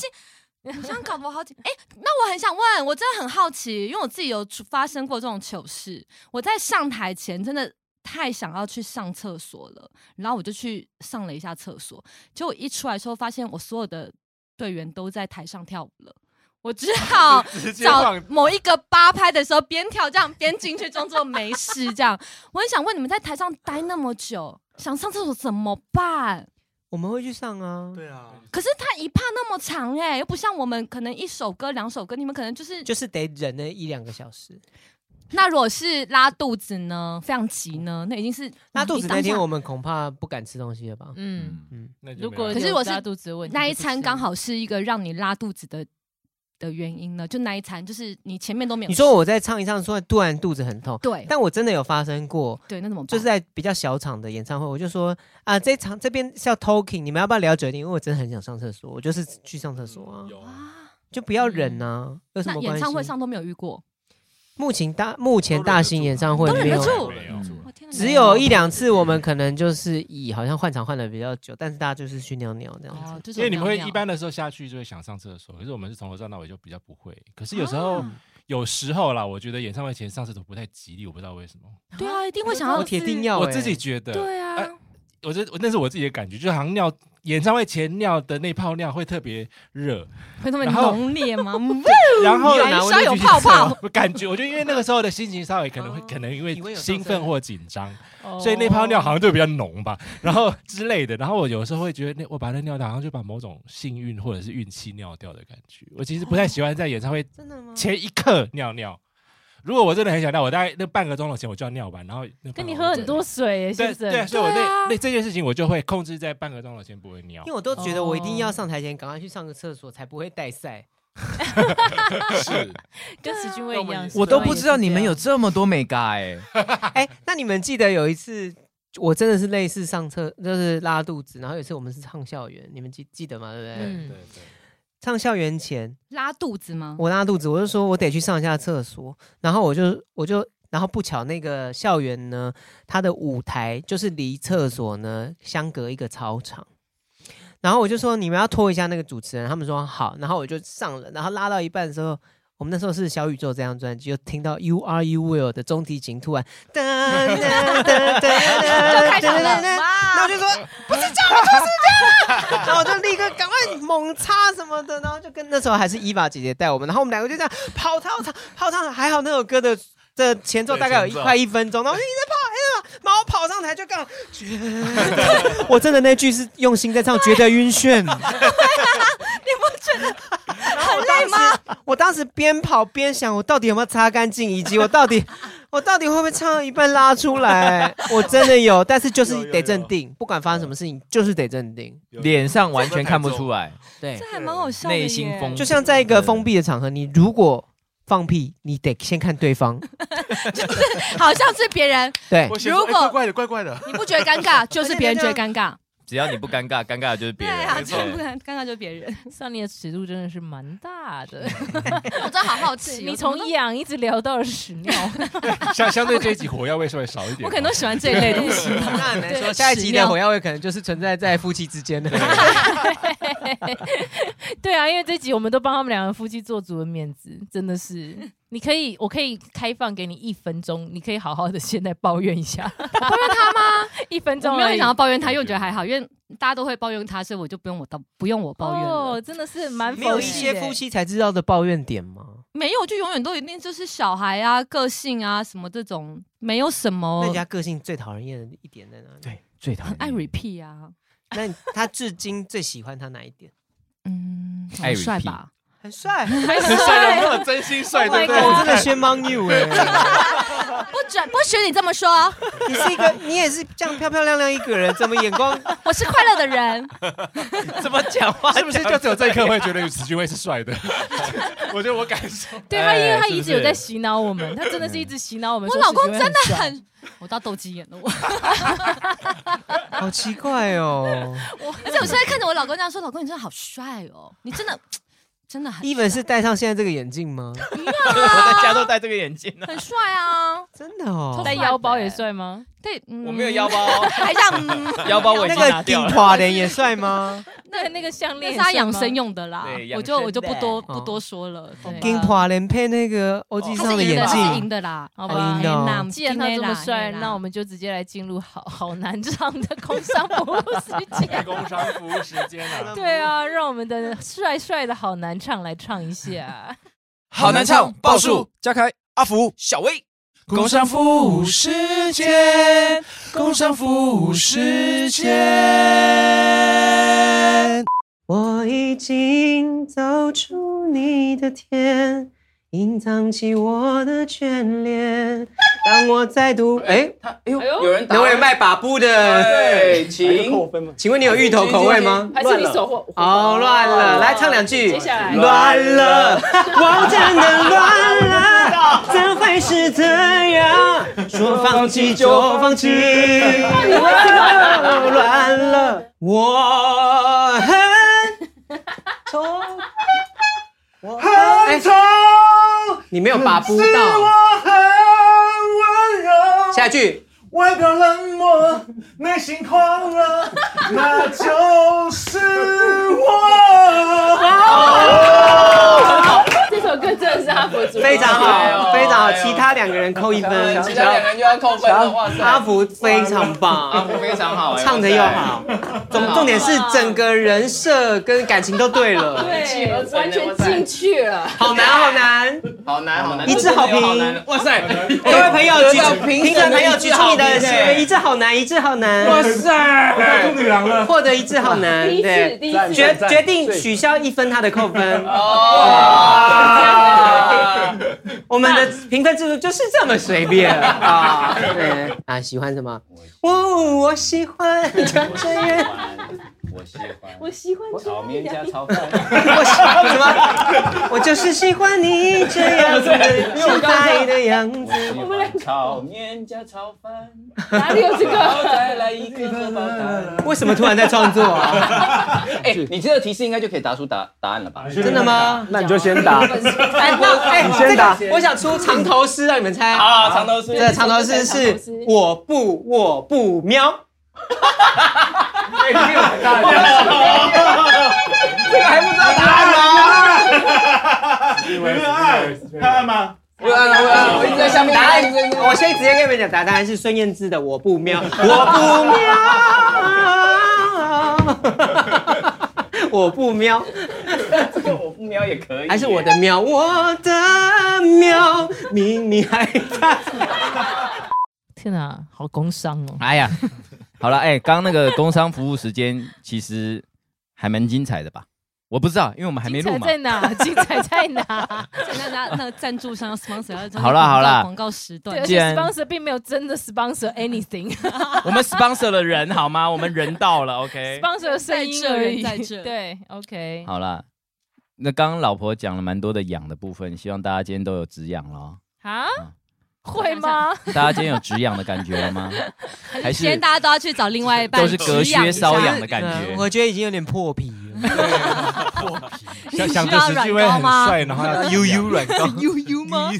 Speaker 9: 我想搞不好几哎、那我很想问，我真的很好奇，因为我自己有出发生过这种糗事。我在上台前真的太想要去上厕所了，然后我就去上了一下厕所，结果一出来的时候发现我所有的队员都在台上跳舞了。我只
Speaker 6: <laughs>
Speaker 9: 好
Speaker 11: 直接
Speaker 9: 找
Speaker 11: 放
Speaker 9: 某一个八拍的时候边跳这样边进去，装作没事这样。我很想问你们在台上待那么久，想上厕所怎么办？
Speaker 6: 我们会去上啊，
Speaker 7: 对啊，
Speaker 9: 可是他一趴那么长
Speaker 3: 欸
Speaker 9: 哎、又不像我们可能一首歌两首歌，你们可能就是
Speaker 6: 就是得忍那一两个小时。
Speaker 3: 那如果是拉肚子呢？非常急呢？那已经是
Speaker 6: 拉肚子
Speaker 3: 你当
Speaker 6: 那天，
Speaker 3: 下
Speaker 6: 我们恐怕不敢吃东西了吧？
Speaker 2: 嗯，
Speaker 5: 嗯，
Speaker 6: 嗯，
Speaker 11: 那就
Speaker 2: 如
Speaker 11: 没
Speaker 2: 果
Speaker 11: 有
Speaker 3: 可是我是
Speaker 2: 有拉肚子的问题，
Speaker 3: 那一餐刚好是一个让你拉肚子的的原因呢？就那一餐，就是你前面都没有吃。
Speaker 6: 你说我在唱一唱，说突然肚子很痛，
Speaker 3: 对
Speaker 6: 但我真的有发生过，
Speaker 3: 对，那怎么办？
Speaker 6: 就是在比较小场的演唱会，我就说啊，这场这边是要 talking，你们要不要聊久一点？因为我真的很想上厕所，我就是去上厕所
Speaker 8: 嗯
Speaker 6: 啊，
Speaker 7: 有
Speaker 6: 就不要忍啊，有什
Speaker 3: 那
Speaker 6: 么关
Speaker 3: 演
Speaker 6: 系？
Speaker 3: 唱会上都没有遇过，
Speaker 6: 目前大目前大型演唱会
Speaker 9: 都忍得
Speaker 6: 没有啊欸
Speaker 9: 住。
Speaker 11: 没有
Speaker 5: 嗯
Speaker 3: 我天哪
Speaker 6: 只有一两次，我们可能就是以好像换场换的比较久，但是大家就是去尿尿这样子。
Speaker 3: 哦，就是
Speaker 11: 因为你们会
Speaker 3: 尿
Speaker 11: 一般的时候下去就会想上厕所，可是我们是从头上到尾就比较不会。可是有时候、
Speaker 3: 啊
Speaker 11: 有时候啦，我觉得演唱会前上厕所不太吉利，我不知道为什么，
Speaker 3: <laughs> 对啊，一定会想
Speaker 6: 我
Speaker 3: 要
Speaker 6: 铁定要欸，
Speaker 11: 我自己觉得。
Speaker 3: 对啊
Speaker 11: 哎，
Speaker 8: 我这我那是我自己的感觉，就好像尿演唱会前尿的那泡尿会特别热，
Speaker 9: 会那么
Speaker 8: 然后
Speaker 9: 浓烈吗？
Speaker 3: 嗯
Speaker 8: <laughs> 然后
Speaker 9: 燃烧有泡泡，
Speaker 8: 我感觉我觉得因为那个时候的心情稍微可能会可能因
Speaker 6: 你会
Speaker 8: 为
Speaker 6: 有上
Speaker 8: 兴奋
Speaker 6: 升
Speaker 8: 或紧张，所以那泡尿好像就比较浓吧，然后之类的。然后我有时候会觉得那我把那尿掉，好像就把某种幸运或者是运气尿掉的感觉。我其实不太喜欢在演唱会
Speaker 6: 真的吗？
Speaker 8: 前一刻尿尿。如果我真的很想尿，我大概那半个钟头前我就要尿完，然后那半
Speaker 2: 跟
Speaker 8: 个
Speaker 2: 你
Speaker 8: 钟
Speaker 2: 喝
Speaker 8: 头
Speaker 2: 很多水耶，
Speaker 8: 对
Speaker 2: 先生。
Speaker 8: 对，所以我那那这件事情我就会控制在半个钟头前不会尿
Speaker 6: 因为。我都觉得我一定要上台前赶快去上个厕所，才不会带赛。
Speaker 7: 是
Speaker 2: 跟史君威一样，
Speaker 5: 我都不知道你们有这么多美嘎哎，
Speaker 6: 哎，那你们记得有一次，我真的是类似上厕，就是拉肚子，然后有一次我们是唱校园，你们记记得吗？对不对？
Speaker 2: 嗯
Speaker 7: 对对。
Speaker 6: 唱校园前，
Speaker 9: 拉肚子吗？
Speaker 6: 我拉肚子，我就说我得去上一下厕所，然后我就我就。然后不巧，那个校园呢，它的舞台就是离厕所呢相隔一个操场。然后我就说你们要拖一下那个主持人，他们说好。然后我就上了，然后拉到一半的时候，我们那时候是小宇宙这张专辑，就听到《You Are You Will》的中提琴突然 <laughs> 哒哒哒哒
Speaker 9: 就
Speaker 6: 哒
Speaker 9: 开场了，
Speaker 6: 哒然后
Speaker 9: 哇
Speaker 6: 我！就说不是这样，就是这样。然后我就立刻赶快猛插什么的，然后就跟那时候还是伊娃姐姐带我们，然后我们两个就这样跑操场，跑操场。还好那首歌的的前奏大概有一
Speaker 7: 对前奏
Speaker 6: 快一分钟，然后我就一直跑，哎呀，然后跑上台就刚好觉
Speaker 7: <laughs>
Speaker 6: 得，我真的那句是用心在唱，觉得晕眩。 <laughs> 你不觉得很累吗？我当时边跑边想，我到底有没有擦干净，以及我到底。我到底会不会唱到一半拉出来？我真的有，但是就是
Speaker 7: 有有
Speaker 6: 得镇定，不管发生什么事情，就是得镇定。
Speaker 7: 有
Speaker 5: 脸上完全看不出来，
Speaker 6: 对
Speaker 9: 这，还蛮好笑的耶，
Speaker 5: 内心疯，
Speaker 6: 就像在一个封闭的场合，你如果放屁，你得先看对 <laughs> 方。
Speaker 9: 好像是别人，
Speaker 6: 对
Speaker 7: 我，先说
Speaker 9: 如果
Speaker 7: 哎怪怪的，怪怪的，
Speaker 9: 你不觉得尴
Speaker 6: <laughs>
Speaker 9: 尬，就是别人觉得尴尬。
Speaker 5: 只要你不尴尬，尴尬的就是别
Speaker 9: 对
Speaker 5: 人。
Speaker 9: 啊，
Speaker 5: 没错
Speaker 9: 真不尴尴尬就是
Speaker 3: <laughs>
Speaker 9: 别人。
Speaker 2: 上你的尺度真的是蛮大的，
Speaker 9: 我真的好好奇，
Speaker 2: 你
Speaker 9: 我怎么
Speaker 2: 从痒一直聊到了屎尿，
Speaker 8: 相相对这一集火药味稍微少一点吧，
Speaker 9: 我可能都喜欢这一类东西吧。
Speaker 6: 那很难
Speaker 9: 对
Speaker 6: 说。下一集
Speaker 9: 屎
Speaker 6: 的
Speaker 9: 尿
Speaker 6: 火药味可能就是存在在夫妻之间的。
Speaker 2: 对啊，因为这集我们都帮他们两个夫妻做足了面子，真
Speaker 9: <laughs>
Speaker 2: 的是。你可以，我可以开放给你一分钟，你可以好好的现在抱怨一下，抱怨他 <laughs> 吗？一分钟
Speaker 9: 我没有
Speaker 2: 而
Speaker 9: 很
Speaker 2: 已
Speaker 9: 想要抱怨他，因为我觉得还好，因为大家都会抱怨他，所以我就不用我到不用我抱怨了
Speaker 2: 哦，。真的是蛮
Speaker 6: 没有
Speaker 2: 佛
Speaker 6: 一
Speaker 2: 系
Speaker 6: 些
Speaker 2: 的
Speaker 6: 夫妻才知道的抱怨点吗？
Speaker 9: 没有，就永远都一定就是小孩啊、个性啊什么这种，没有什
Speaker 6: 那
Speaker 9: 么
Speaker 6: 人家个性最讨人厌的一点在哪里？
Speaker 5: 对，最讨厌
Speaker 9: 爱 repeat 啊，
Speaker 6: 那你他至今最喜欢他哪一点？
Speaker 9: 嗯，
Speaker 5: 爱
Speaker 9: 很帅
Speaker 5: repeat
Speaker 9: 吧？
Speaker 6: 很帅，
Speaker 7: 帅的没有真心帅，对不对？
Speaker 6: 我真的先帮 you <laughs> 哎，
Speaker 9: <laughs> 不准不许你这么说，
Speaker 6: 你是一个，你也是这样漂漂亮亮一个人，怎么眼光
Speaker 9: 我是快乐的人。
Speaker 5: 怎么讲话？
Speaker 8: 是不是就只有这一刻会觉得史俊威是帅的？我觉得我感受，
Speaker 2: 对他，因为他
Speaker 8: 哎
Speaker 2: 一直有在洗脑我们，他真的是一直洗脑我们。
Speaker 9: 我
Speaker 2: 说
Speaker 9: 老公
Speaker 2: 史君威
Speaker 9: 真的
Speaker 2: 帅
Speaker 9: 很，我到斗鸡眼了我，
Speaker 6: 好奇怪哦。
Speaker 9: <laughs> 而且我现在看着我老公这样说，老公你真的好帅哦，你真的真的很
Speaker 6: even 是戴上现在这个眼镜吗？
Speaker 5: 我在家都戴这个眼镜呢，
Speaker 9: 很帅啊。
Speaker 6: 真的哦，
Speaker 2: 带腰
Speaker 9: 欸
Speaker 2: 包也帅吗？
Speaker 9: 对，嗯
Speaker 5: 我没有腰，包，
Speaker 9: 还像嗯
Speaker 5: 腰包我已
Speaker 6: 那
Speaker 5: 经
Speaker 6: 个
Speaker 5: 拿掉
Speaker 6: 顶
Speaker 5: 了。
Speaker 6: 垮脸也帅吗？ <laughs>
Speaker 2: 那个那个项
Speaker 9: 那
Speaker 2: 链
Speaker 9: 是他养生用的啦
Speaker 5: 对，
Speaker 9: 我
Speaker 5: 养
Speaker 9: 就
Speaker 5: 生
Speaker 9: 我就不多
Speaker 6: 的
Speaker 9: 不多说了。对
Speaker 6: 顶垮脸配那个欧
Speaker 7: 哦
Speaker 6: 吉
Speaker 9: 他
Speaker 6: 上
Speaker 9: 是
Speaker 6: 的
Speaker 9: 赢
Speaker 6: 眼
Speaker 9: 的，他是赢
Speaker 6: 镜，
Speaker 9: 的啦，哦
Speaker 2: 好
Speaker 6: 哎
Speaker 2: 吧
Speaker 6: 呀。
Speaker 9: 那
Speaker 2: 既然他这么帅，那我
Speaker 9: 们
Speaker 2: 们就直接来进入好好难唱的工商服务
Speaker 6: <laughs>
Speaker 2: 时间。
Speaker 8: 工商服务时间啊，
Speaker 2: 对啊，让我们的帅帅的好难唱来唱一下。
Speaker 5: 好难唱，报数
Speaker 10: 加开阿福，
Speaker 5: 小薇。
Speaker 8: 工商服务时间，工商服务时间。
Speaker 6: 我已经走出你的天，隐藏起我的眷恋。当我再度哎，
Speaker 5: 哎呦，有人
Speaker 6: 能有人卖把布的？
Speaker 5: 对，请哎
Speaker 6: 请问你有芋头口味吗？
Speaker 2: 还是你手握
Speaker 6: 哦，乱了，来唱两句。
Speaker 2: 接下来
Speaker 6: 乱了，我真的乱了，怎会是这样？说放弃就放弃，乱了，我
Speaker 2: <laughs>
Speaker 6: 很丑，我
Speaker 5: 哎
Speaker 6: 很丑，你没有把不到，下一句。
Speaker 7: 外表冷漠，内心狂热，那就是我。
Speaker 2: 这首首歌真的是阿福主唱
Speaker 6: 非常
Speaker 5: 哎呦
Speaker 6: 好，非常好，
Speaker 5: 哎呦哎
Speaker 6: 其他两个人扣一分，
Speaker 5: 其他两个人就要扣分了，哇塞！
Speaker 6: 阿福非常
Speaker 5: 阿
Speaker 6: 棒，
Speaker 5: 福非常好，哎
Speaker 6: 唱的又好，
Speaker 5: 啊
Speaker 6: 重重点是整个人设跟感情都对了，
Speaker 2: 对，完全进去了。
Speaker 6: 好难好难。
Speaker 5: 好难好难，
Speaker 6: 一致好评
Speaker 5: 好难哇塞！哎
Speaker 6: 各位朋友，举出
Speaker 5: 评
Speaker 6: 评审朋友举出你的
Speaker 5: 哎
Speaker 6: 一致好难，一致好
Speaker 5: 哇
Speaker 6: 难，
Speaker 5: 塞！
Speaker 8: 女郎了，
Speaker 6: 获得一致好难，
Speaker 2: 第一次，
Speaker 6: 对，
Speaker 2: 第一
Speaker 6: <laughs>
Speaker 2: 次，
Speaker 6: 决决定取消一分他的扣
Speaker 12: <laughs>
Speaker 6: 分。哦
Speaker 5: 哇！
Speaker 6: <laughs> 我们的评分制度就是这么随 <laughs> 便啊！对啊，喜欢什么？哦，我喜欢张震岳，
Speaker 5: 我喜欢
Speaker 2: 我喜欢
Speaker 5: 炒
Speaker 2: 春
Speaker 5: 面
Speaker 2: 丽
Speaker 5: 加
Speaker 2: 啊。
Speaker 5: 炒饭。
Speaker 6: 我喜欢什么？我就是喜欢你这样 <laughs> 子自在的样子。
Speaker 5: 我们俩炒面加炒饭，
Speaker 2: 哪里有这
Speaker 5: 然后
Speaker 2: 个？
Speaker 5: 再来一个荷包蛋。
Speaker 6: 为什么突然在创作啊？
Speaker 5: 哎，你这个提示应该就可以答出答答案了吧？
Speaker 6: 真的吗？
Speaker 12: 那你就先打，
Speaker 6: <laughs> 哎，那哎，
Speaker 12: 你
Speaker 6: 这
Speaker 12: 先打
Speaker 6: 个我想出长头诗让你们猜。
Speaker 5: 啊，长头
Speaker 6: 这个
Speaker 5: 是
Speaker 6: 长头诗是我不我不喵，
Speaker 5: 这个还不知道答案哦吗？我我我一直在下面
Speaker 6: 答案
Speaker 5: 一直在
Speaker 6: 我先直接跟你们讲答案，答案是孙燕姿的我不喵，我不喵，我不喵，
Speaker 5: 这个我不瞄也可以，
Speaker 6: 还是我的喵，我的喵，明明还在。
Speaker 2: 天哪，好工伤哦！
Speaker 5: 哎呀，好了，哎、刚刚那个工商服务时间其实还蛮精彩的吧？我不知道，因为我们还没
Speaker 2: 精
Speaker 5: 录嘛。
Speaker 2: 彩在哪？精彩在哪？
Speaker 9: 那那那个赞助商 sponsor 要
Speaker 5: 好啦好啦
Speaker 9: 广告时段
Speaker 2: 对，而
Speaker 5: 既
Speaker 2: 且
Speaker 5: 然
Speaker 2: sponsor 并没有真的 sponsor anything，
Speaker 5: 我们 sponsor 了人好吗？我们人到了，OK。
Speaker 2: sponsor 的声音而已。
Speaker 9: 在这人在这
Speaker 2: <laughs> 对，OK。
Speaker 5: 好啦，那刚刚老婆讲了蛮多的痒的部分，希望大家今天都有止痒了哦。
Speaker 2: 啊？会吗？
Speaker 5: 大家今天有止痒的感觉了吗？还
Speaker 9: 今天
Speaker 5: 是
Speaker 9: 大家都要去找另外一半，
Speaker 5: 都是隔
Speaker 9: 止痒
Speaker 5: 靴 <laughs>
Speaker 9: 一下
Speaker 5: 搔痒的感
Speaker 6: 嗯
Speaker 5: 觉？
Speaker 6: 我觉得已经有点破皮 <laughs> 了。
Speaker 8: 想
Speaker 9: 你
Speaker 8: 想
Speaker 9: 需
Speaker 8: 着
Speaker 9: 要
Speaker 8: 史
Speaker 9: 软
Speaker 8: 俊威
Speaker 9: 膏
Speaker 8: 很
Speaker 9: 吗
Speaker 8: 帅，然后要 <laughs>
Speaker 7: 悠悠软膏，
Speaker 9: 悠悠吗？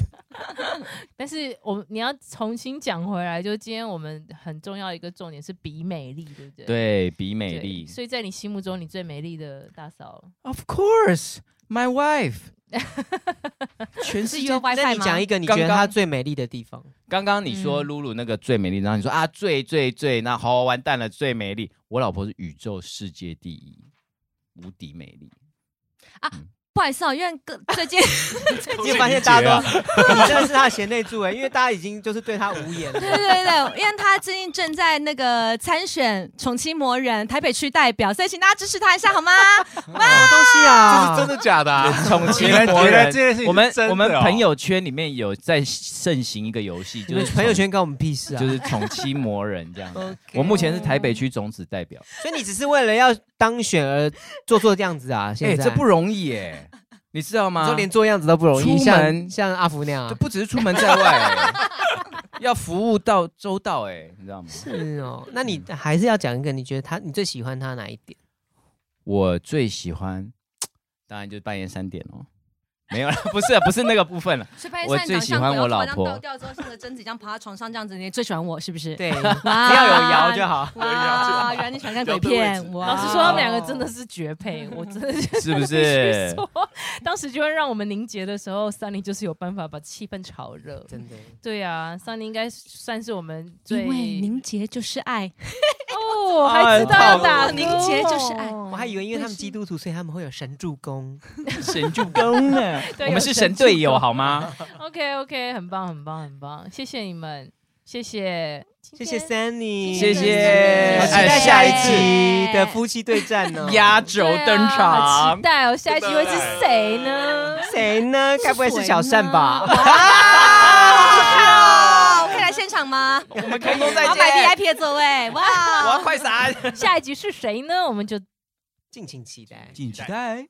Speaker 2: <laughs> 但是我你要重新讲回来，就是今天我们很重要的一个重点是比美丽，对不对？
Speaker 5: 对比
Speaker 2: 对，
Speaker 5: 美丽
Speaker 2: 所以在你心目中，你最美丽的大嫂
Speaker 5: ，Of course, my wife。全
Speaker 9: 是用 WiFi 吗？
Speaker 6: 那你讲一个你觉得
Speaker 5: 刚
Speaker 6: 她
Speaker 5: 刚
Speaker 6: 最美丽的地 <laughs> 方？
Speaker 5: 刚刚你说露露那个最美丽，然后你说啊最最最，那好完蛋了，最美丽。我老婆是宇宙世界第一，无敌美丽。
Speaker 9: 不好意思哦，因为个最近 <laughs>
Speaker 6: 你有发现大家都， <laughs> 你真的是她的贤内助哎，因为大家已经就是对她无言
Speaker 9: 对
Speaker 6: <laughs> 了。
Speaker 9: 对对，因为他最近正在那个参选重庆魔人台北区代表，所以请大家支持他一下好吗？
Speaker 6: 什么哦东西啊？
Speaker 7: 真的假的 <laughs> 啊？
Speaker 5: 重庆
Speaker 8: 原来
Speaker 5: 魔
Speaker 8: 原来
Speaker 5: 人
Speaker 8: 这件事情是
Speaker 5: 我们
Speaker 8: 真的
Speaker 5: 我们
Speaker 8: 哦
Speaker 5: 朋友圈里面有在盛行一个游戏，
Speaker 6: 你
Speaker 5: 就
Speaker 6: 们
Speaker 5: 是
Speaker 6: 朋友圈关我们屁
Speaker 5: 宠
Speaker 6: 事啊！
Speaker 5: 就是宠妻魔人
Speaker 6: <laughs>
Speaker 5: 这样子。
Speaker 6: OK
Speaker 5: 我目前是台北区种子代表，
Speaker 6: 所以你只是为了要当选而做做这样子啊？
Speaker 5: 哎，
Speaker 6: 现在、
Speaker 5: 这不容易哎，你知道
Speaker 6: 你
Speaker 5: 吗
Speaker 6: 说？连做样子都不容易，
Speaker 5: 出
Speaker 6: 像
Speaker 5: 门
Speaker 6: 像阿福那样、
Speaker 5: 就
Speaker 6: 啊。
Speaker 5: 不只是出门在外哎， <laughs> 要服务到周到哎，你知道吗？
Speaker 6: 是哦，那你还是要讲一个，你觉得他你最喜欢他哪一点？
Speaker 5: 我最喜欢，当然就是半夜三点哦。没有了， <laughs> 不是啊不是那个部分了。
Speaker 9: 所以拍
Speaker 5: 我
Speaker 9: 摄
Speaker 5: 最喜欢我老婆
Speaker 9: 倒掉之后，像个贞子一样爬到床上这样子，你最喜欢我是不是？，
Speaker 6: <laughs> 对，只
Speaker 9: 哇
Speaker 6: 要有摇就好。
Speaker 9: 哇，原来你喜欢看鬼片。哇，
Speaker 2: 老实说，他们两个真的是绝配，我真的觉得
Speaker 5: 是不是
Speaker 2: 必须说当时就会让我们凝结的时候，Sunny 就是有办法把气氛炒热。
Speaker 6: 真的，
Speaker 2: 对啊，Sunny 应该算是我们最
Speaker 9: 因为凝结就是爱，
Speaker 2: 哦，还知道要打
Speaker 9: 凝结就是爱。
Speaker 6: <laughs> 我还以为因为他们基督徒，所以他们会有神助攻。
Speaker 5: 神助攻呢？
Speaker 2: <laughs> 对
Speaker 5: 我们是神队友好吗？
Speaker 2: OK OK，很棒很棒很棒，谢谢你们，谢谢
Speaker 6: 谢谢
Speaker 2: 今天
Speaker 6: Sunny，
Speaker 5: 谢谢
Speaker 6: 好期
Speaker 5: 哎
Speaker 6: 待下一
Speaker 5: 谢
Speaker 6: 集的夫妻对战
Speaker 5: <laughs>
Speaker 6: 呢、
Speaker 5: 压轴登
Speaker 2: 对啊好
Speaker 5: 场
Speaker 2: 期，待哦，下一集会是谁呢？
Speaker 6: 谁呢？该不会是小善 <laughs> 吧？
Speaker 5: 啊
Speaker 9: 哇，哦可以来现场吗？
Speaker 5: 我们空中
Speaker 9: 我
Speaker 5: 再
Speaker 9: 要买
Speaker 5: 见。
Speaker 9: VIP 的座位。哇，
Speaker 5: 我要快闪，
Speaker 2: 下一集是谁呢？我们就
Speaker 6: 敬请期待。
Speaker 5: 敬请期待。